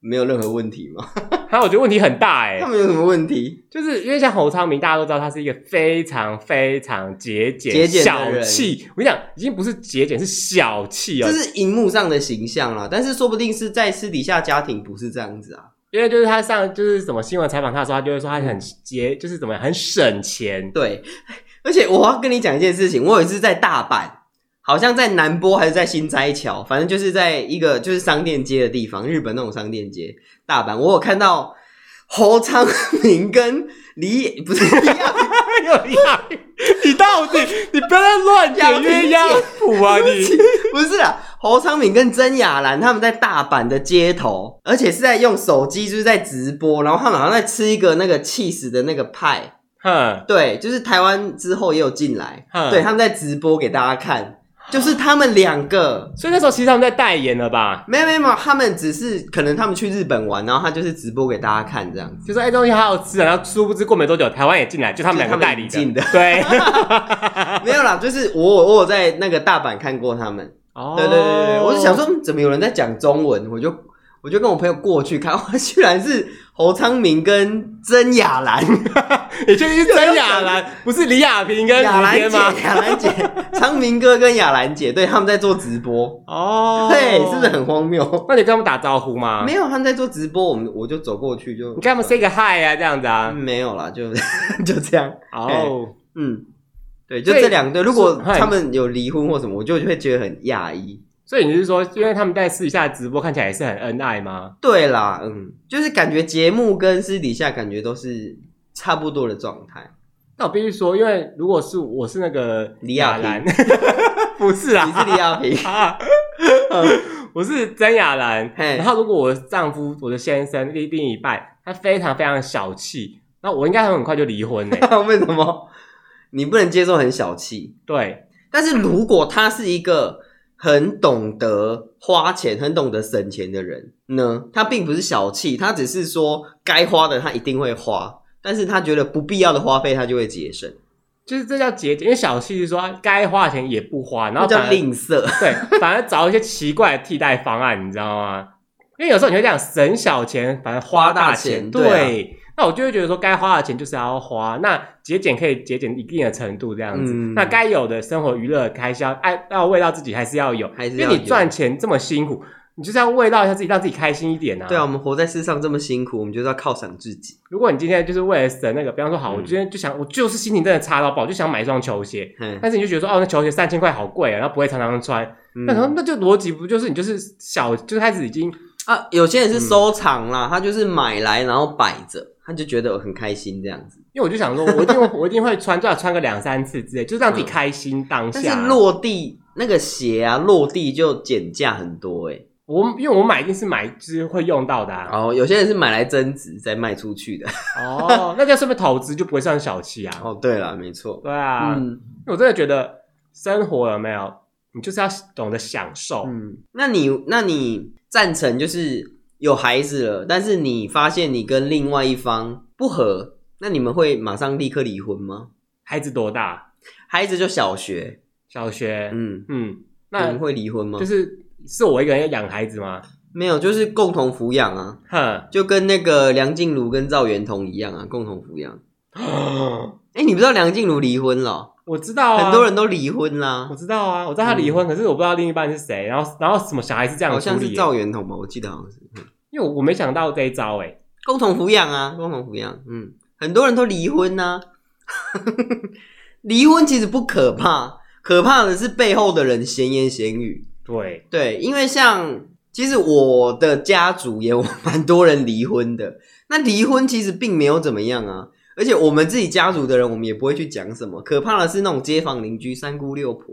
Speaker 2: 没有任何问题嘛？
Speaker 1: 还有，我觉得问题很大哎、
Speaker 2: 他们有什么问题？
Speaker 1: 就是因为像侯昌明，大家都知道他是一个非常非常节俭、
Speaker 2: 节俭的
Speaker 1: 小
Speaker 2: 人
Speaker 1: 气。我跟你讲，已经不是节俭，是小气哦
Speaker 2: 这。是荧幕上的形象啦，但是说不定是在私底下家庭不是这样子啊。
Speaker 1: 因为就是他上就是什么新闻采访他的时候，他就会说他很节，就是怎么样很省 钱。
Speaker 2: 对，而且我要跟你讲一件事情，我有一次在大阪，好像在南波还是在新斋桥，反正就是在一个就是商店街的地方，日本那种商店街，大阪，我有看到侯昌明跟李不是 李亚平
Speaker 1: 哎呦，你啊你到 底你不要再乱
Speaker 2: 要
Speaker 1: 点
Speaker 2: 不
Speaker 1: 鸳鸯谱啊你！
Speaker 2: 不是啊，侯昌敏跟曾雅兰他们在大阪的街头，而且是在用手机，就是在直播，然后他们好像在吃一个那个 cheese 的那个派，
Speaker 1: 哼
Speaker 2: 对，就是台湾之后也有进来，
Speaker 1: 哼，
Speaker 2: 对，，他们在直播给大家看，就是他们两个。
Speaker 1: 所以那时候其实他们在代言了吧？
Speaker 2: 没有没有没有，他们只是可能他们去日本玩，然后他就是直播给大家看这样 子。
Speaker 1: 就说哎，东西好好吃啊！然后殊不知过没多久，台湾也进来，就他们两个代理
Speaker 2: 就他们引进的
Speaker 1: 对，
Speaker 2: 没有啦，就是我我有在那个大阪看过他们。
Speaker 1: 哦
Speaker 2: 对对对对对，我就想说，嗯怎么有人在讲中文？我就我就跟我朋友过去看， 哇，居然是侯昌明跟曾雅兰，
Speaker 1: 你确定是真雅兰，不是李亚平跟
Speaker 2: 雅
Speaker 1: 吴
Speaker 2: 兰姐，
Speaker 1: 天吗？
Speaker 2: 雅兰姐，昌明哥跟雅兰姐，对，他们在做直播，
Speaker 1: 哦
Speaker 2: 对，是不是？很荒谬？
Speaker 1: 那你跟他们打招呼吗？
Speaker 2: 没有，他们在做直播，我们我就走过去就
Speaker 1: 啊你跟他们 say 个 hi 啊，这样子
Speaker 2: 嗯
Speaker 1: 啊。
Speaker 2: 没有啦，就 就这样，
Speaker 1: 哦，
Speaker 2: 嗯。对，就
Speaker 1: 所以
Speaker 2: 这两对，如果
Speaker 1: 是嗨
Speaker 2: 他们有离婚或什么，我就会觉得很讶异。
Speaker 1: 所以你是说，因为他们在私底下直播看起来也是很恩爱吗？
Speaker 2: 对啦，嗯，就是感觉节目跟私底下感觉都是差不多的状态。
Speaker 1: 那我必须说，因为如果是我是那个
Speaker 2: 李亚平
Speaker 1: 兰， 不是啊，，
Speaker 2: 你是李亚平
Speaker 1: 啊， 我是曾雅兰。
Speaker 2: 嘿
Speaker 1: 然后，如果我的丈夫、我的先生另另一半，他非常非常小气，那我应该很快就离婚呢、
Speaker 2: 为什么你不能接受很小气？
Speaker 1: 对，
Speaker 2: 但是如果他是一个很懂得花钱、很懂得省钱的人呢，他并不是小气，他只是说该花的他一定会花，但是他觉得不必要的花费他就会节省，
Speaker 1: 就是这叫节俭，因为小气是说该花的钱也不花，然
Speaker 2: 那
Speaker 1: 后
Speaker 2: 叫
Speaker 1: 反而啊
Speaker 2: 吝啬。
Speaker 1: 对，反而找一些奇怪的替代方案，你知道吗？因为有时候你会这样省小钱，反而花大
Speaker 2: 花大钱
Speaker 1: 对。
Speaker 2: 对啊
Speaker 1: 那我就会觉得说，该花的钱就是要花，那节俭可以节俭一定的程度这样子。
Speaker 2: 嗯
Speaker 1: 那该有的生活娱乐开销，爱要慰劳自己还是要有，
Speaker 2: 还是要
Speaker 1: 因为你赚钱这么辛苦，你就是要慰劳一下自己，让自己开心一点啊。
Speaker 2: 对啊，我，们活在世上这么辛苦，我们就是要犒赏自 己。
Speaker 1: 如果你今天就是为了省那个，比方说好，我
Speaker 2: 嗯
Speaker 1: 今天就想，我就是心情真的差到爆，我就想买一双球鞋，
Speaker 2: 嗯，
Speaker 1: 但是你就觉得说，哦，那球鞋三千块好贵啊，然后不会常常穿，那然后
Speaker 2: 嗯
Speaker 1: 那就逻辑不就是你就是小就开始已经
Speaker 2: 啊，有些人是收藏啦，他就是买来然后摆着，他就觉得很开心这样子。
Speaker 1: 因为我就想说，我一定会我一定会穿，最好穿个两三次之类，就是让自己开心当
Speaker 2: 嗯但
Speaker 1: 下。
Speaker 2: 是落地那个鞋啊，落地就减价很多哎、欸。
Speaker 1: 我因为我买一定是买就是会用到的啊。
Speaker 2: 哦，有些人是买来增值再卖出去的。
Speaker 1: 哦，那这样是不是投资就不会算小气啊？
Speaker 2: 哦，对了，没错。
Speaker 1: 对啊，
Speaker 2: 嗯
Speaker 1: 因为我真的觉得生活有没有，你就是要懂得享受。
Speaker 2: 嗯，那你那你赞成就是有孩子了，但是你发现你跟另外一方不合，那你们会马上立刻离婚吗？
Speaker 1: 孩子多大？
Speaker 2: 孩子就小学，
Speaker 1: 小学？嗯
Speaker 2: 嗯，你
Speaker 1: 那
Speaker 2: 们会离婚吗？
Speaker 1: 就是是我一个人要养孩子吗？
Speaker 2: 没有，就是共同抚养啊，
Speaker 1: 哼，
Speaker 2: 就跟那个梁静茹跟赵元同一样啊，共同抚养。哎、你不知道梁静茹离婚了哦、
Speaker 1: 我知道啊，
Speaker 2: 很多人都离婚啦
Speaker 1: 我，知道啊，我知道他离婚，可是我不知道另一半是谁。然后，然后什么小孩是这样
Speaker 2: 嗯好
Speaker 1: 处
Speaker 2: 像
Speaker 1: 理
Speaker 2: 是
Speaker 1: 耶？
Speaker 2: 赵元同吧，我记得好像是嗯
Speaker 1: 因为我我没想到这一招哎、
Speaker 2: 共同抚养啊，共同抚养，嗯，很多人都离婚呐、啊 离婚其实不可怕，可怕的是背后的人闲言闲语。
Speaker 1: 对，
Speaker 2: 对，因为像其实我的家族也有 蛮多人离婚的，那离婚其实并没有怎么样啊。而且我们自己家族的人，我们也不会去讲什么。可怕的是那种街坊邻居、三姑六婆，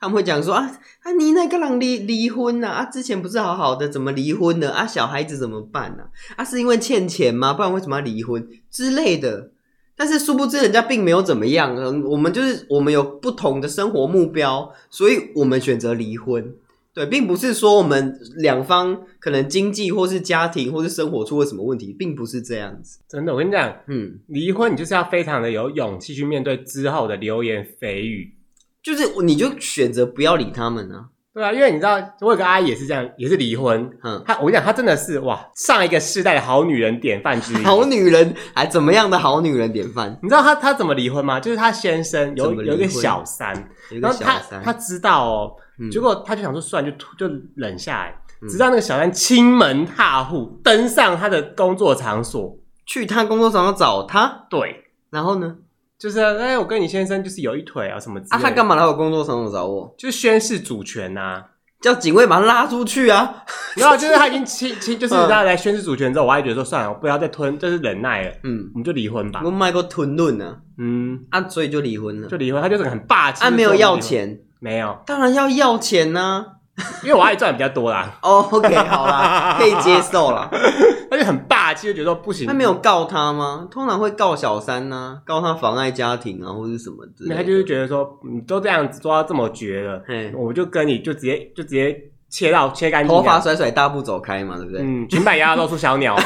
Speaker 2: 他们会讲说啊啊，你那个人离离婚呐、啊？啊，之前不是好好的，怎么离婚的？啊，小孩子怎么办呢、啊？啊，是因为欠钱吗？不然为什么要离婚之类的？但是殊不知人家并没有怎么样，嗯我们就是我们有不同的生活目标，所以我们选择离婚。对，并不是说我们两方可能经济或是家庭或是生活出了什么问题，并不是这样子。
Speaker 1: 真的，我跟你讲，
Speaker 2: 嗯，
Speaker 1: 离婚你就是要非常的有勇气去面对之后的流言蜚语。
Speaker 2: 就是你就选择不要理他们啊。
Speaker 1: 对啊，因为你知道，我有个阿姨也是这样，也是离婚。
Speaker 2: 嗯，
Speaker 1: 她，我跟你讲，她真的是哇，上一个世代的好女人典范之一。
Speaker 2: 好女人还怎么样的好女人典范？
Speaker 1: 你知道她她怎么离婚吗？就是她先生有
Speaker 2: 怎么离
Speaker 1: 有一个
Speaker 2: 婚
Speaker 1: 小三，
Speaker 2: 有一
Speaker 1: 然
Speaker 2: 个
Speaker 1: 后
Speaker 2: 小
Speaker 1: 她
Speaker 2: 三，
Speaker 1: 她知道哦，
Speaker 2: 嗯
Speaker 1: 结果她就想说算了，就突就忍下来，
Speaker 2: 嗯
Speaker 1: 直到那个小三亲门踏户登上她的工作场所，
Speaker 2: 去他工作场所找他，
Speaker 1: 对，
Speaker 2: 然后呢？
Speaker 1: 就是哎、我跟你先生就是有一腿啊什么之
Speaker 2: 啊，
Speaker 1: 类的，
Speaker 2: 他干嘛来我工作场所找我？
Speaker 1: 就宣誓主权呐、啊。
Speaker 2: 叫警卫把他拉出去啊！
Speaker 1: 然后就是他已经亲 亲，就是
Speaker 2: 嗯
Speaker 1: 大家来宣誓主权之后，我还觉得说算了，我不要再吞，就是忍耐了，
Speaker 2: 嗯，
Speaker 1: 我们就离婚吧
Speaker 2: 我。卖过吞论啊，
Speaker 1: 嗯，
Speaker 2: 啊，所以就离婚了
Speaker 1: 就。离婚，他就是很霸气。
Speaker 2: 啊，没有
Speaker 1: 就是说
Speaker 2: 要
Speaker 1: 离婚，
Speaker 2: 钱，
Speaker 1: 没有，
Speaker 2: 当然要要钱呐、
Speaker 1: 因为我阿姨赚的比较多啦，
Speaker 2: 哦、o k 好啦，可以接受啦。
Speaker 1: 他就很霸气，就觉得说不行。
Speaker 2: 他没有，告他吗？通常会告小三呐、告他妨碍家庭啊，或者是什么之类
Speaker 1: 没
Speaker 2: 的。
Speaker 1: 有他就是觉得说你都这样子做到这么绝了，
Speaker 2: 嘿
Speaker 1: 我就跟你就直接就直接切到切干净
Speaker 2: 头
Speaker 1: 两。
Speaker 2: 发甩甩，大步走开嘛，对不对？
Speaker 1: 嗯，裙摆压到露出小 鸟嘛。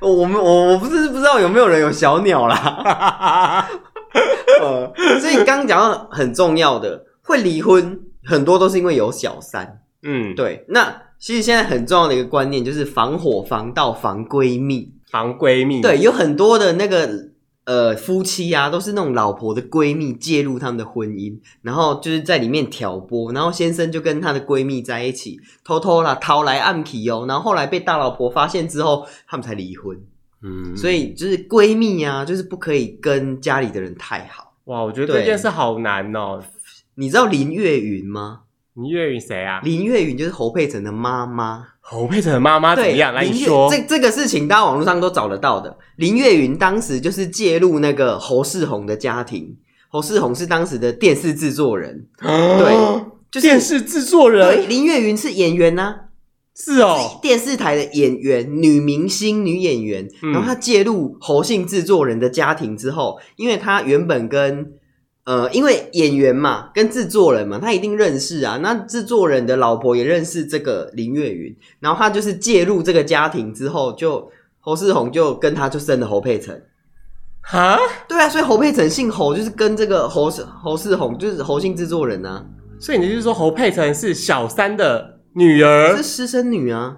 Speaker 2: 哦我们我我不是不知道有没有人有小鸟啦。 呃，所以你刚刚讲到很重要的，会离婚很多都是因为有小三。
Speaker 1: 嗯，
Speaker 2: 对，那其实现在很重要的一个观念就是防火、防盗、防闺蜜。
Speaker 1: 防闺蜜。
Speaker 2: 对，有很多的那个呃夫妻啊，都是那种老婆的闺蜜介入他们的婚姻，然后就是在里面挑拨，然后先生就跟他的闺蜜在一起，偷偷啦掏来暗体哦，然后后来被大老婆发现之后，他们才离婚。
Speaker 1: 嗯，
Speaker 2: 所以就是闺蜜啊，就是不可以跟家里的人太好。
Speaker 1: 哇，我觉得这
Speaker 2: 对
Speaker 1: 件事好难哦。
Speaker 2: 你知道林月云吗？
Speaker 1: 你粤语谁啊？
Speaker 2: 林月云就是侯佩岑的妈妈。
Speaker 1: 侯佩岑的妈妈怎么
Speaker 2: 对，
Speaker 1: 样？来，你
Speaker 2: 林月
Speaker 1: 说。
Speaker 2: 这这个事情，大家网络上都找得到的。林月云当时就是介入那个侯世宏的家庭，侯世宏是当时的电视制作人，
Speaker 1: 对，
Speaker 2: 就是
Speaker 1: 啊电视制作
Speaker 2: 对，
Speaker 1: 人
Speaker 2: 林月云是演员啊呐、
Speaker 1: 是
Speaker 2: 是
Speaker 1: 哦，
Speaker 2: 电视台的演员，女明星、女演员。
Speaker 1: 嗯
Speaker 2: 然后她介入侯姓制作人的家庭之后，因为她原本跟呃，因为演员嘛，跟制作人嘛，她一定认识啊。那制作人的老婆也认识这个林月云，然后她就是介入这个家庭之后就，侯世宏就跟她就生了侯佩岑。
Speaker 1: 哈，
Speaker 2: 对啊，所以侯佩岑姓侯，就是跟这个侯世侯世宏，就是侯姓制作人啊，
Speaker 1: 所以你就是说侯佩岑是小三的女儿
Speaker 2: 是？私生女啊，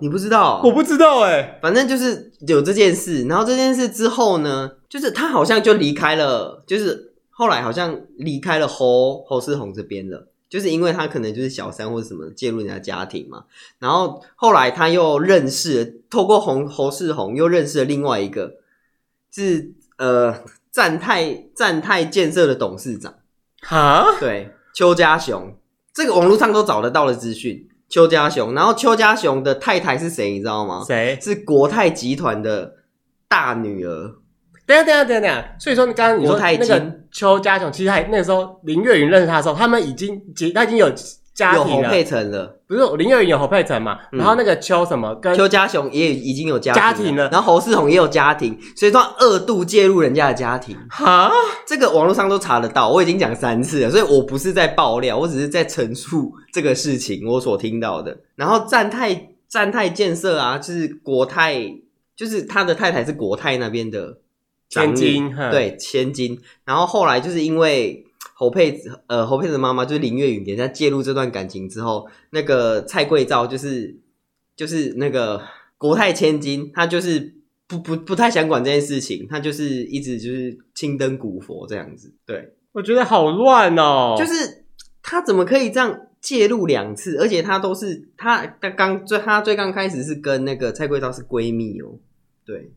Speaker 2: 你不知道？
Speaker 1: 我不知道哎，
Speaker 2: 反正就是有这件事，然后这件事之后呢，就是他好像就离开了，就是后来好像离开了侯侯世宏这边了，就是因为他可能就是小三或者什么介入人家家庭嘛，然后后来他又认识了，透过侯侯世宏又认识了另外一个是呃赞泰赞泰建设的董事长，
Speaker 1: 哈，
Speaker 2: 对，邱家雄，这个网络上都找得到的资讯，邱家雄，然后邱家雄的太太是谁，你知道吗？
Speaker 1: 谁？
Speaker 2: 是国泰集团的大女儿，
Speaker 1: 等一下，等一下，等一下等一下。所以说，刚刚你说
Speaker 2: 国泰
Speaker 1: 那
Speaker 2: 金
Speaker 1: 个邱家雄，其实还那个时候林月云认识他的时候，他们已经结，他已经有家
Speaker 2: 有
Speaker 1: 庭啊
Speaker 2: 侯
Speaker 1: 了。
Speaker 2: 佩岑了，
Speaker 1: 不是林月云有侯佩岑嘛？
Speaker 2: 嗯
Speaker 1: 然后那个邱什么跟
Speaker 2: 邱家雄也已经有家庭
Speaker 1: 家庭了
Speaker 2: 然后侯世宏也有家庭，所以说二度介入人家的家庭，
Speaker 1: 哈，
Speaker 2: 这个网络上都查得到，我已经讲三次了，所以我不是在爆料，我只是在陈述这个事情我所听到的。然后站泰站泰建设啊，就是国泰，就是他的太太是国泰那边的
Speaker 1: 千
Speaker 2: 长女
Speaker 1: 金哼
Speaker 2: 对，千金。然后后来就是因为侯佩子，呃，侯佩子的妈妈就是林月云，人家介入这段感情之后，那个蔡桂照就是就是那个国泰千金，她就是不不不太想管这件事情，她就是一直就是青灯古佛这样子。对，
Speaker 1: 我觉得好乱哦。
Speaker 2: 就是她怎么可以这样？介入两次，而且她都是她刚刚最她最刚开始是跟那个蔡桂照是闺蜜哦，对，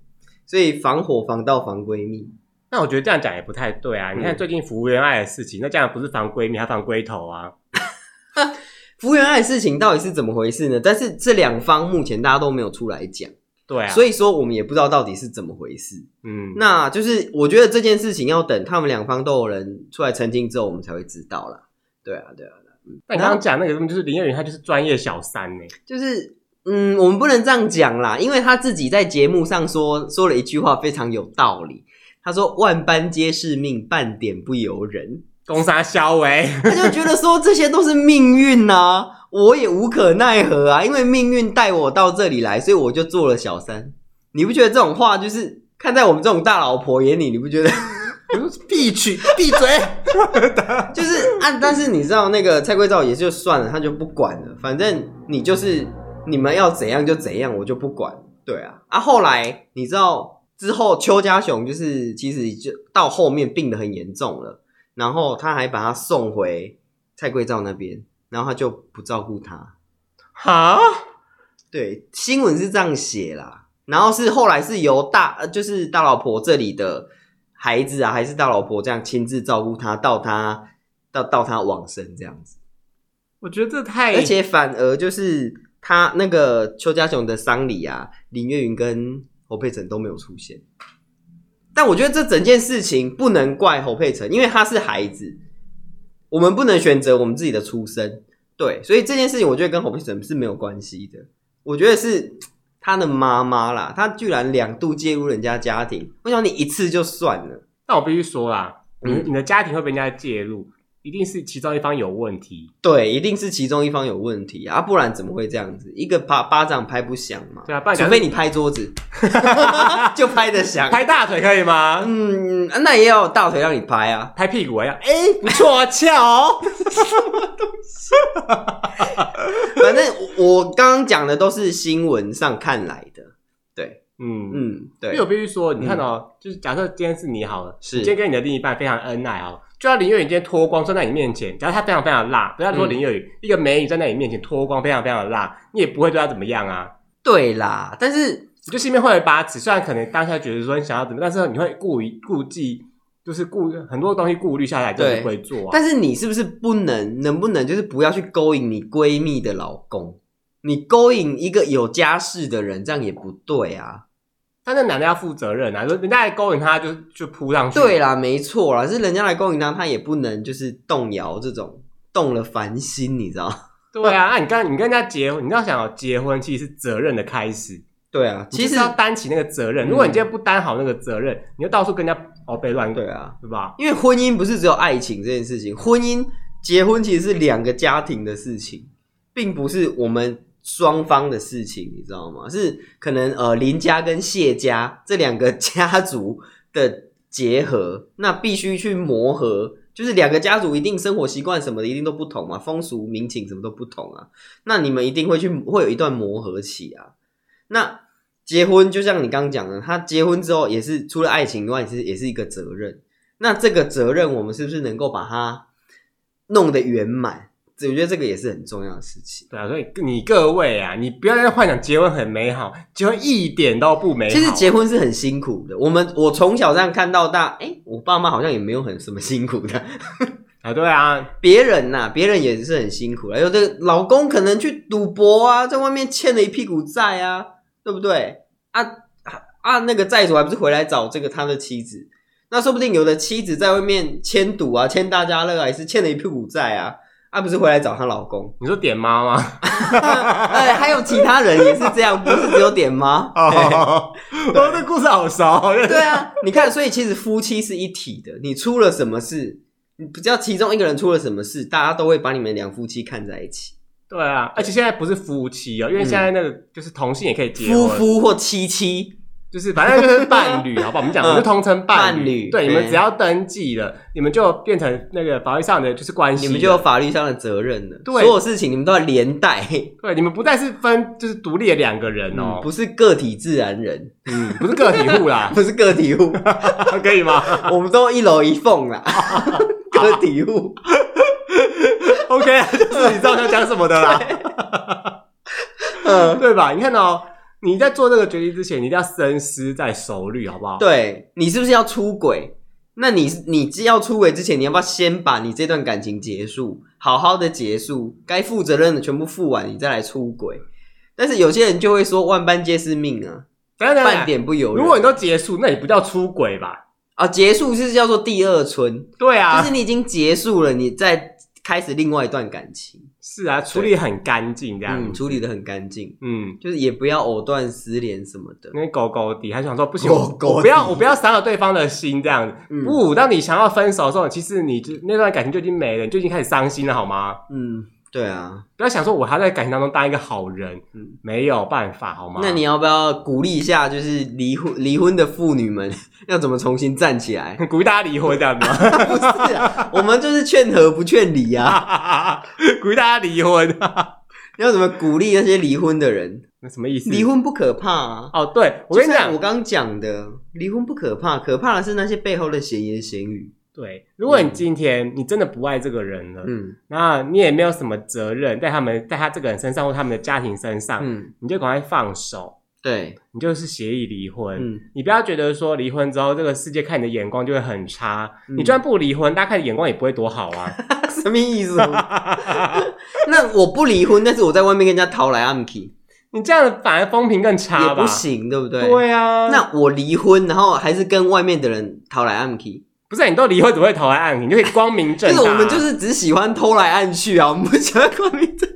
Speaker 2: 所以防火防盗防闺蜜，
Speaker 1: 那我觉得这样讲也不太对啊！你看
Speaker 2: 嗯
Speaker 1: 最近服务员爱的事情，那这样不是防闺蜜，还防龟头啊？
Speaker 2: 服务员爱的事情到底是怎么回事呢？但是这两方目前大家都没有出来讲，
Speaker 1: 对啊，
Speaker 2: 所
Speaker 1: 以
Speaker 2: 以说我们也不知道到底是怎么回事。
Speaker 1: 嗯，
Speaker 2: 那就是我觉得这件事情要等他们两方都有人出来澄清之后，我们才会知道啦。对啊，对啊，
Speaker 1: 那你刚刚讲那个根本就是林彦宇，他就是专业小三呢、
Speaker 2: 就是嗯，我们不能这样讲啦，因为他自己在节目上说说了一句话非常有道理，他说“万般皆是命，半点不由人
Speaker 1: 攻杀哎肖维，”，
Speaker 2: 他就觉得说这些都是命运呐、我也无可奈何啊，因为命运带我到这里来，所以我就做了小三。你不觉得这种话就是看在我们这种大老婆眼里，你不觉得？
Speaker 1: 闭嘴，闭嘴！
Speaker 2: 就是啊，但是你知道那个蔡圭照也就算了，他就不管了，反正你就是你们要怎样就怎样，我就不管。对啊，啊，后来你知道之后，邱家雄就是其实就到后面病得很严重了，然后他还把他送回蔡圭照那边，然后他就不照顾他。
Speaker 1: 哈，
Speaker 2: 对，新闻是这样写啦，然后是后来是由大呃就是大老婆这里的孩子啊，还是大老婆这样亲自照顾他，到他到到他往生这样子，
Speaker 1: 我觉得这太……
Speaker 2: 而且反而就是他那个邱家雄的丧礼啊，林月云跟侯佩岑都没有出现。但我觉得这整件事情不能怪侯佩岑，因为他是孩子，我们不能选择我们自己的出身，对，所以这件事情我觉得跟侯佩岑是没有关系的。我觉得是他的妈妈啦，他居然两度介入人家家庭，我想你一次就算了，
Speaker 1: 但我必须说啦，你、
Speaker 2: 嗯
Speaker 1: 你的家庭会被人家介入，一定是其中一方有问题。
Speaker 2: 对，一定是其中一方有问题啊，不然怎么会这样子？一个巴巴掌拍不响嘛，
Speaker 1: 对啊不然假
Speaker 2: 除
Speaker 1: 如
Speaker 2: 非你拍 桌子，就拍得响。
Speaker 1: 拍大腿可以吗？
Speaker 2: 嗯，啊那也要有大腿让你拍啊。
Speaker 1: 拍屁股还要哎，不错，翘哦。
Speaker 2: 反正我我刚刚讲的都是新闻上看来的，对，
Speaker 1: 嗯嗯，
Speaker 2: 嗯，
Speaker 1: 因
Speaker 2: 对嗯
Speaker 1: 为我，必须说，你看哦，就是假设今天是你好了，
Speaker 2: 是
Speaker 1: 你今天跟你的另一半非常恩爱哦，就算林月雨今天脱光站在你面前，假如她非常非常辣，不要说
Speaker 2: 嗯
Speaker 1: 林月雨、一个美女站在你面前脱光非常非常的辣，你也不会对她怎么样啊。
Speaker 2: 对啦，但是
Speaker 1: 我觉得心里面会有一把尺，虽然可能当下觉得说你想要怎么样，但是你会顾一顾忌，就是顾很多东西顾虑下来，就是
Speaker 2: 对
Speaker 1: 不会做啊。
Speaker 2: 但是你是不是不能，能不能就是不要去勾引你闺蜜的老公？你勾引一个有家室的人，这样也不对啊。
Speaker 1: 但那男的要负责任啊，说人家来勾引他就就扑上去，
Speaker 2: 对，啊啦，没错啦，是人家来勾引他，他也不能就是动摇这种动了凡心，你知道？
Speaker 1: 对啊。那你跟你跟人家结婚，你要想哦结婚其实是责任的开始，
Speaker 2: 对啊，
Speaker 1: 其
Speaker 2: 其
Speaker 1: 实
Speaker 2: 实
Speaker 1: 要担起那个责任。
Speaker 2: 嗯
Speaker 1: 如果你今天不担好那个责任，你就到处跟人家哦被乱
Speaker 2: 对啊，
Speaker 1: 对吧？
Speaker 2: 因为婚姻不是只有爱情这件事情，婚姻结婚其实是两个家庭的事情，并不是我们双方的事情，你知道吗？是可能呃林家跟谢家这两个 家族的结合，那必须去磨合。就是两个家族一定生活习惯什么的一定都不同嘛，风俗民情什么都不同啊。那你们一定会去会有一段磨合期啊。那结婚就像你刚刚讲的，他结婚之后也是除了爱情以外，也是也是一个责任。那这个责任，我们是不是能够把它弄得圆满？这我觉得这个也是很重要的事情。
Speaker 1: 对啊，所以你各位啊，你不要再幻想结婚很美好，结婚一点都不美哎好。啊
Speaker 2: 其实结婚是很辛苦的，我们我从小这样看到大，哎、我爸妈好像也没有很什么辛苦的，
Speaker 1: 啊，对啊，
Speaker 2: 别人呐、别人也是很辛苦的，有的老公可能去赌博啊，在外面欠了一屁股债啊，对不对？啊啊啊，那个债主还不是回来找这个他的妻子？那说不定有的妻子在外面欠赌啊，欠大家乐啊，也是欠了一屁股债啊，啊不是回来找她老公？
Speaker 1: 你说点妈吗？
Speaker 2: 哎，还有其他人也是这样，不是只有点吗？哎
Speaker 1: 哦，哦， 这故事好熟。
Speaker 2: 对啊，你看，所以其实夫妻是一体的。你出了什么事，你只要其中一个人出了什么事，大家都会把你们两夫妻看在一起，
Speaker 1: 对啊，而且现在不是夫妻哦，因为现在那个就是同性也可以结
Speaker 2: 嗯夫
Speaker 1: 婚，
Speaker 2: 夫或妻妻。
Speaker 1: 就是反正就是伴侣，好不好？我们讲，
Speaker 2: 嗯
Speaker 1: 我们就通称伴
Speaker 2: 伴侣
Speaker 1: 对，
Speaker 2: 对
Speaker 1: 你们只要登记了，你们就变成那个法律上的就是关系
Speaker 2: 你
Speaker 1: 了，
Speaker 2: 们就有法律上的责任了，
Speaker 1: 对
Speaker 2: 所有事情你们都要连带，
Speaker 1: 对，你们不再是分就是独立的两个人哦
Speaker 2: 嗯，不是个体自然人，
Speaker 1: 嗯，不是个体户 啦，
Speaker 2: 不是个 体户，
Speaker 1: 可以吗
Speaker 2: 我们都一楼一缝 啦，个体户。
Speaker 1: ？OK，啊就是你知道我想讲什么的啦，
Speaker 2: 嗯，
Speaker 1: 对吧？你看哦，你在做这个决定之前，你一定要深思再熟虑，好不好？
Speaker 2: 对你是不是要出轨？那你你要出轨之前，你要不要先把你这段感情结束，好好的结束，该负责任的全部负完，你再来出轨？但是有些人就会说万般皆是命啊，
Speaker 1: 等一下等一下
Speaker 2: 半点不由人。
Speaker 1: 如果你都结束，那也不叫出轨吧？
Speaker 2: 啊，结束是叫做第二春，
Speaker 1: 对啊，
Speaker 2: 就是你已经结束了，你再开始另外一段感情，
Speaker 1: 是啊，处理很干净这样
Speaker 2: 嗯，
Speaker 1: 子。
Speaker 2: 处理的很干净，
Speaker 1: 嗯，
Speaker 2: 就是也不要藕断丝连什么的。
Speaker 1: 那狗狗底，还想说不行，
Speaker 2: 狗狗
Speaker 1: 我
Speaker 2: 底
Speaker 1: 我不要，我不要伤了对方的心，这样子。
Speaker 2: 嗯
Speaker 1: 不，当你想要分手的时候，其实你就那段感情就已经没了，你就已经开始伤心了，好吗？
Speaker 2: 嗯，对啊，
Speaker 1: 不要想说我还要在感情当中当一个好人，
Speaker 2: 嗯
Speaker 1: 没有办法，好吗？
Speaker 2: 那你要不要鼓励一下，就是离婚离婚的妇女们 要怎么重新站起来？
Speaker 1: 鼓励大家离婚，这样子吗？
Speaker 2: 不是、啊， 我们就是劝和不劝离啊！
Speaker 1: 鼓励大家离婚，
Speaker 2: 要怎么鼓励那些离婚的人？
Speaker 1: 啊那什么意思？
Speaker 2: 离婚不可怕啊！
Speaker 1: 哦，对我跟你
Speaker 2: 就像
Speaker 1: 讲
Speaker 2: 我，刚讲的，离婚不可怕，可怕的是那些背后的闲言闲语。
Speaker 1: 对，如果你今天你真的不爱这个人了，
Speaker 2: 嗯
Speaker 1: 那你也没有什么责任在他们在他这个人身上或他们的家庭身上，
Speaker 2: 嗯，
Speaker 1: 你就赶快放手，
Speaker 2: 对，
Speaker 1: 你就是协议离婚。
Speaker 2: 嗯
Speaker 1: 你不要觉得说离婚之后，这个世界看你的眼光就会很差。
Speaker 2: 嗯
Speaker 1: 你就算不离婚，大家看你眼光也不会多好 啊。
Speaker 2: 什么 意思？那我不离婚，但是我在外面跟人家逃来暗 k
Speaker 1: 你这样反而风评更差吧？
Speaker 2: 也不行，对不对？
Speaker 1: 对啊，
Speaker 2: 那我离婚，然后还是跟外面的人逃来暗 k
Speaker 1: 不是你都离婚，怎么会投来案？你就可以光明正
Speaker 2: 这
Speaker 1: 大。
Speaker 2: 个我们就是只喜欢偷来暗去啊，我们不喜欢光明正，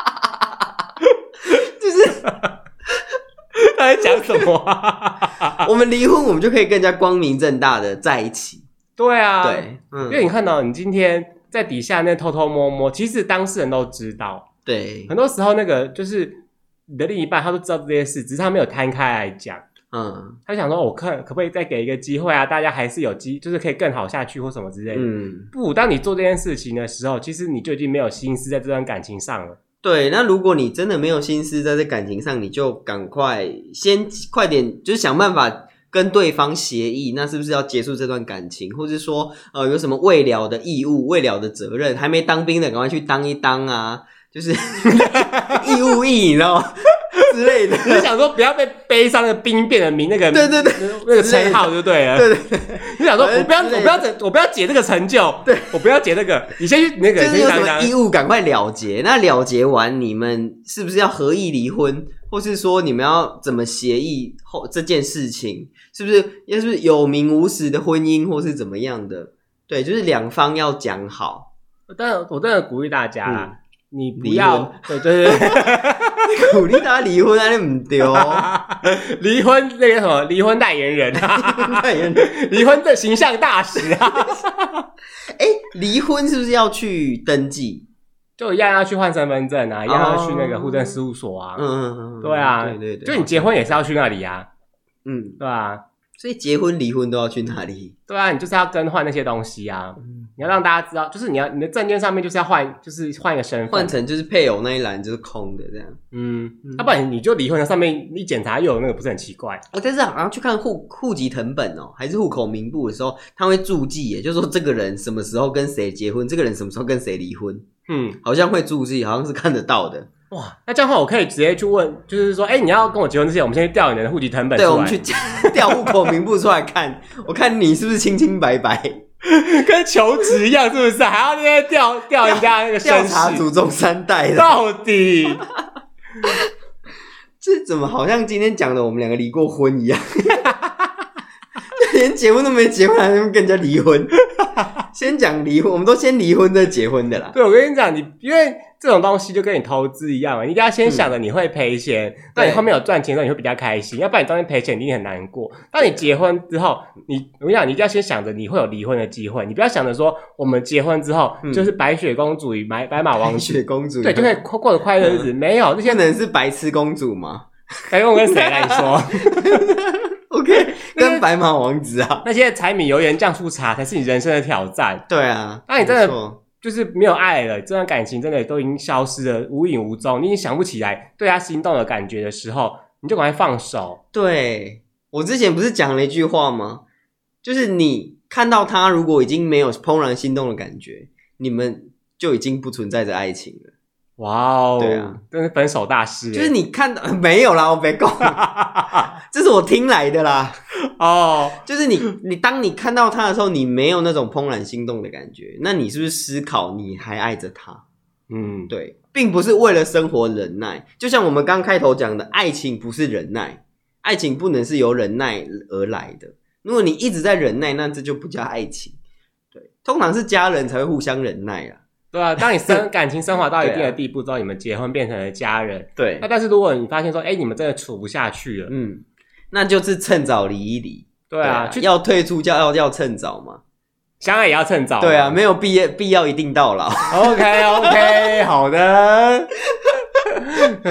Speaker 2: 就是
Speaker 1: 他在讲什么、啊？
Speaker 2: 我们离婚，我们就可以更加光明正大的在一起。
Speaker 1: 对啊，，
Speaker 2: 对，
Speaker 1: 因为
Speaker 2: 嗯，
Speaker 1: 你看哦到你今天在底下那偷偷摸摸，其实当事人都知道，
Speaker 2: 对，
Speaker 1: 很多时候那个就是你的另一半，他都知道这些事，只是他没有摊开来讲。
Speaker 2: 嗯
Speaker 1: 他就想说，我看可不可以再给一个机会啊？大家还是有机，就是可以更好下去或什么之类的。
Speaker 2: 嗯，
Speaker 1: 不，当你做这件事情的时候，其实你就已经没有心思在这段感情上 了。
Speaker 2: 对。那如果你真的没有心思在这感情上，你就赶快先快点，就是想办法。跟对方协议，那是不是要结束这段感情，或是说，呃，有什么未了的义务、未了的责任？还没当兵的，赶快去当一当啊！就是 义务役，你知道吗？之类的。
Speaker 1: 你想说不要被悲伤的兵变的名那个
Speaker 2: 对对对
Speaker 1: 那那个称号就对了。
Speaker 2: 对对对，
Speaker 1: 你想说
Speaker 2: 反正
Speaker 1: 我不要
Speaker 2: 之
Speaker 1: 我
Speaker 2: 类的
Speaker 1: 不要整我不要解这个成就，
Speaker 2: 对
Speaker 1: 我不要解这个，你先去那个
Speaker 2: 就是
Speaker 1: 先
Speaker 2: 有
Speaker 1: 当一
Speaker 2: 什么
Speaker 1: 当。
Speaker 2: 义务赶快了结。那了结完，你们是不是要合意离婚，或是说你们要怎么协议后这件事情，是不是要是不是有名无实的婚姻，或是怎么样的？对，就是两方要讲好。
Speaker 1: 但我真的鼓励大家啦，
Speaker 2: 嗯
Speaker 1: 你不
Speaker 2: 离
Speaker 1: 要
Speaker 2: 婚
Speaker 1: 对对对对
Speaker 2: 鼓励大家离婚，那你不丢。
Speaker 1: 离婚那个什么离婚代言人啊，
Speaker 2: 哎，
Speaker 1: 离婚的形象大使啊，
Speaker 2: 离婚是不是要去登记？
Speaker 1: 就一样要去换身份证啊，一样要去那个户政事务所啊。
Speaker 2: 哦嗯嗯，嗯
Speaker 1: 对啊，
Speaker 2: 对对对，
Speaker 1: 就你结婚也是要去那里啊，
Speaker 2: 嗯，
Speaker 1: 对啊，
Speaker 2: 所以结婚离婚都要去哪里？
Speaker 1: 对啊，你就是要更换那些东西啊，
Speaker 2: 嗯
Speaker 1: 你要让大家知道，就是你要你的证件上面就是要换，就是换一个身份，
Speaker 2: 换成就是配偶那一栏就是空的这样。
Speaker 1: 嗯
Speaker 2: 嗯，
Speaker 1: 要不然你就离婚了，上面一检查又有那个，不是很奇怪？
Speaker 2: 我但是好像去看户户籍成本哦，还是户口名簿的时候，他会注记耶，就是说这个人什么时候跟谁结婚，这个人什么时候跟谁离婚，
Speaker 1: 嗯，
Speaker 2: 好像会注记，好像是看得到的。
Speaker 1: 哇，那这样的话我可以直接去问，就是说，哎、你要跟我结婚之前，我们先去调你的户籍成本出
Speaker 2: 对，
Speaker 1: 来，
Speaker 2: 我们去 调户口名簿出来看，我看你是不是清清 白白。
Speaker 1: 跟求职一样，是不是？还要那边调调人家那个
Speaker 2: 调
Speaker 1: 身
Speaker 2: 查
Speaker 1: 世，
Speaker 2: 祖宗三代的，
Speaker 1: 到底
Speaker 2: 这怎么好像今天讲的我们两个离过婚一样？ 就连结婚都没结婚，还跟人家离婚？ 先讲离婚，我们都先离婚再结婚的啦。
Speaker 1: 对我跟你讲，你因为这种东西就跟你投资一样嘛，你一定要先想着你会赔钱，那、你
Speaker 2: 嗯对
Speaker 1: 后面有赚钱的时候你会比较开心，要不然你中间赔钱你一定很难过。当你结婚之后，你我跟你讲，你一定要先想着你会有离婚的机会，你不要想着说我们结婚之后、
Speaker 2: 嗯
Speaker 1: 就是白雪公主与白白马王子
Speaker 2: 白雪，公主嗯
Speaker 1: 对，就可以过过得快乐日子。没有那些
Speaker 2: 现能是白痴公主吗
Speaker 1: 白公主跟谁来说，
Speaker 2: ？OK，跟白马王子啊，
Speaker 1: 那些柴米油盐酱醋茶才是你人生的挑战。
Speaker 2: 对啊，
Speaker 1: 那你真的
Speaker 2: 没错
Speaker 1: 就是没有爱了，这段感情真的都已经消失了，无影无踪，你已经想不起来对他心动的感觉的时候，你就赶快放手。
Speaker 2: 对我之前不是讲了一句话吗？就是你看到他如果已经没有怦然心动的感觉，你们就已经不存在着爱情了。
Speaker 1: 哇哦，
Speaker 2: 对啊，
Speaker 1: 真是分手大师耶，欸
Speaker 2: 就是你看到没有啦，我没讲，这是我听来的啦。
Speaker 1: 哦，
Speaker 2: 就是你，你当你看到他的时候，你没有那种怦然心动的感觉，那你是不是思考你还爱着他？
Speaker 1: 嗯，
Speaker 2: 对，并不是为了生活忍耐。就像我们刚开头讲的，爱情不是忍耐，爱情不能是由忍耐而来的。如果你一直在忍耐，那这就不叫爱情。对，通常是家人才会互相忍耐啊。
Speaker 1: 对啊，当你升 感情升华到一定
Speaker 2: 对
Speaker 1: 的
Speaker 2: 啊
Speaker 1: 地步之后，你们结婚变成了家人。
Speaker 2: 对
Speaker 1: 那，但是如果你发现说，哎，你们真的处不下去了，啊
Speaker 2: 嗯，那就是趁早离一离。
Speaker 1: 对啊，去
Speaker 2: 要退出就要要趁早嘛。
Speaker 1: 相爱也要趁早。
Speaker 2: 对啊，没有必要必要一定到老。
Speaker 1: OK OK，好的，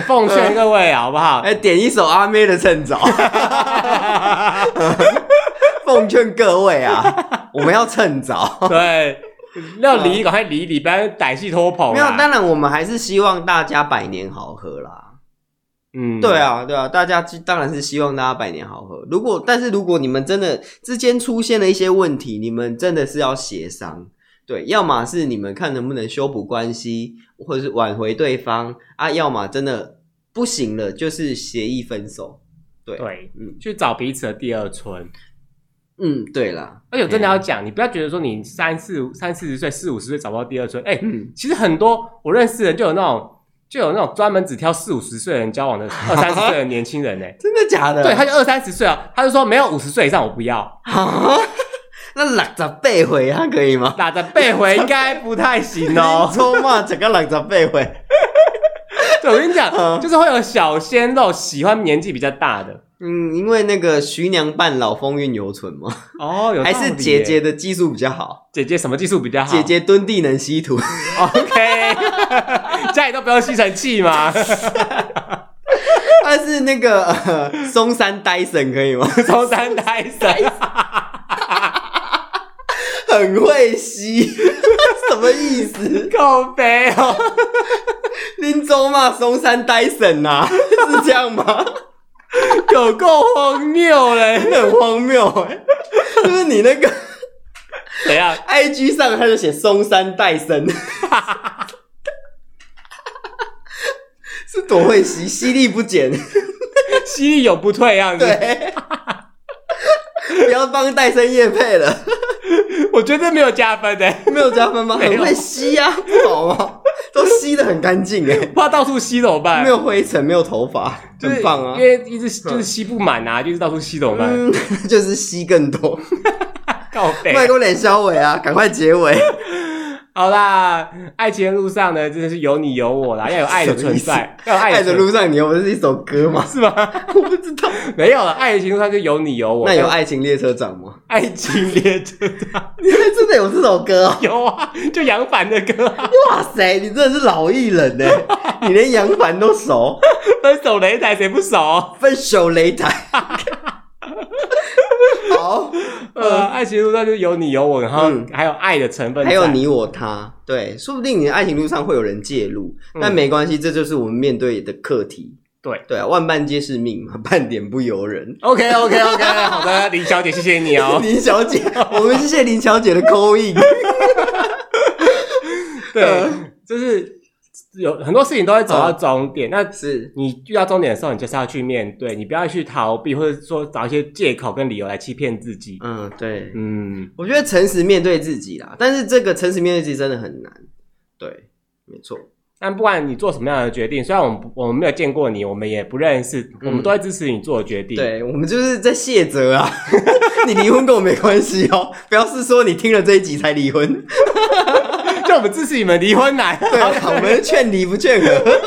Speaker 1: 奉劝各位好不好？
Speaker 2: 哎，点一首阿妹的《趁早》，奉劝各位啊，我们要趁早。
Speaker 1: 对，要离赶快离一离，不然歹戏拖棚啊。
Speaker 2: 没有，当然我们还是希望大家百年好合啦。
Speaker 1: 嗯，
Speaker 2: 对，啊，对啊，大家其当然是希望大家百年好合。如果但是如果你们真的之间出现了一些问题，你们真的是要协商。对，要么是你们看能不能修补关系，或者是挽回对方啊，要么真的不行了，就是协议分手。对，
Speaker 1: 对，
Speaker 2: 嗯
Speaker 1: 去找彼此的第二春。
Speaker 2: 嗯，对啦，
Speaker 1: 而且我真的要讲，你不要觉得说你三四三四十岁、四五十岁找不到第二春，哎、
Speaker 2: 嗯。
Speaker 1: 其实很多我认识的人就有那种就有那种专门只挑四五十岁的人交往的二三十岁的年轻 人呢、
Speaker 2: 真的假的？
Speaker 1: 对，他就二三十岁啊，他就说没有五十岁以上我不要，
Speaker 2: 啊， 那六十八岁他可以吗？。
Speaker 1: 打着背回应该不太行哦
Speaker 2: 错嘛，整个六十八岁，
Speaker 1: 对，我跟你讲，
Speaker 2: 嗯
Speaker 1: 就是会有小鲜肉喜欢年纪比较大的。
Speaker 2: 嗯，因为那个徐娘半老，风韵犹存嘛，
Speaker 1: 哦，有道
Speaker 2: 还
Speaker 1: 理
Speaker 2: 是姐姐
Speaker 1: 耶
Speaker 2: 的技术比较好，
Speaker 1: 姐姐什么技术比较好？
Speaker 2: 姐姐蹲地能吸 土，
Speaker 1: OK，家里都不用吸尘器吗？
Speaker 2: 她是那个、呃、松山呆神可以吗？
Speaker 1: 从三胎生，
Speaker 2: 很会吸， 什么意思？
Speaker 1: 够肥哦。
Speaker 2: 林州嘛，松山呆神呐、 是这样吗？
Speaker 1: 有够荒谬嘞！
Speaker 2: 很荒谬哎、 就是你那个
Speaker 1: 怎样？
Speaker 2: IG 上他就写松山戴森， 是多会吸，吸力不减。
Speaker 1: 吸力永不退啊样子？
Speaker 2: 对， 不要帮戴森叶配了，
Speaker 1: 我觉得没有加分欸的，
Speaker 2: 没有加分吗？
Speaker 1: 没
Speaker 2: 很
Speaker 1: 有
Speaker 2: 会吸啊，不好吗？都吸的很干净哎，
Speaker 1: 怕到处吸怎么办？
Speaker 2: 没，有灰尘，没有头发，
Speaker 1: 就是
Speaker 2: 很棒啊
Speaker 1: 因。为一直就是吸不满啊，就是到处吸怎么办？
Speaker 2: 嗯，就是吸更多，
Speaker 1: 告白。
Speaker 2: 麦给我脸消尾啊！赶快结尾，
Speaker 1: 好啦，爱情的路上呢，真的是有你有我啦，要有爱的存在，要有
Speaker 2: 爱
Speaker 1: 爱
Speaker 2: 的
Speaker 1: 存在
Speaker 2: 路上你又不是一首歌吗？
Speaker 1: 是吗？
Speaker 2: 我不知道，
Speaker 1: 没有了，爱情路上就有你有我。
Speaker 2: 那有爱情列车长吗？
Speaker 1: 爱情列车长
Speaker 2: 真的有这首歌哦。
Speaker 1: 有啊，就杨凡的歌、 啊，
Speaker 2: 哇塞，你真的是老艺人呢， 你连杨凡都熟，
Speaker 1: 分手擂台谁不熟？
Speaker 2: 分手 擂台。好，
Speaker 1: 呃，爱情路上就有你有我，然后
Speaker 2: 嗯
Speaker 1: 还有爱的成分在，
Speaker 2: 还有你我他，对，说不定你的爱情路上会有人介入，
Speaker 1: 嗯
Speaker 2: 但没关系，这就是我们面对的课题。
Speaker 1: 对
Speaker 2: 对啊，万般皆是命嘛， 半点不由人。
Speaker 1: OK OK OK，好的，林小姐，谢谢你哦。
Speaker 2: 林小姐，我们谢谢林小姐的 扣印。
Speaker 1: 对，
Speaker 2: 嗯
Speaker 1: 就是有很多事情都会走到终点。那
Speaker 2: 是，
Speaker 1: 你遇到终点的时候，你就是要去面对，你不要去逃避，或者说找一些借口跟理由来欺骗自己。
Speaker 2: 嗯，对，
Speaker 1: 嗯，
Speaker 2: 我觉得诚实面对自己啦，但是这个诚实面对自己真的很难。对，没错。
Speaker 1: 但不管你做什么样的决定，虽然我们不我们没有见过你，我们也不认识，我们都会支持你做的决定。，
Speaker 2: 嗯对我们就是在谢责啊， 你离婚跟我没关系哦，不要是说你听了这一集才离婚。
Speaker 1: 就我们支持你们离婚来。
Speaker 2: 对啊，我们劝离不 劝和。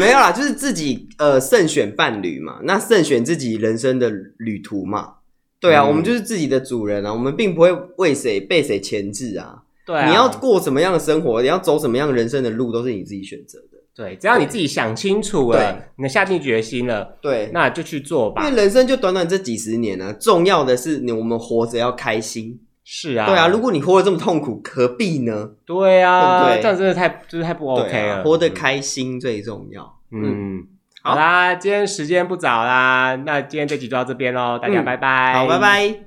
Speaker 2: 没有啦，就是自己呃慎选伴侣嘛，那慎选自己人生的旅途嘛。对啊，
Speaker 1: 嗯
Speaker 2: 我们就是自己的主人啊，我们并不会为谁被谁牵制啊。
Speaker 1: 对啊，
Speaker 2: 你要过什么样的生活，你要走什么样人生的路，都是你自己选择的。
Speaker 1: 对，只要你自己想清楚
Speaker 2: 对
Speaker 1: 了，你下定决心了，
Speaker 2: 对，
Speaker 1: 那就去做吧
Speaker 2: 因。为人生就短短这几十年啊，重要的是你我们活着要开心。
Speaker 1: 是啊，
Speaker 2: 对啊，如果你活得这么痛苦，何必呢？
Speaker 1: 对啊，
Speaker 2: 对不对
Speaker 1: 这样真的太就是太不 OK
Speaker 2: 对
Speaker 1: 了，
Speaker 2: 啊，活得开心最重要。
Speaker 1: 嗯。嗯
Speaker 2: 好
Speaker 1: 好啦，今天时间不早啦，那今天这集就到这边喽，大家
Speaker 2: 嗯
Speaker 1: 拜拜。
Speaker 2: 好，拜。拜。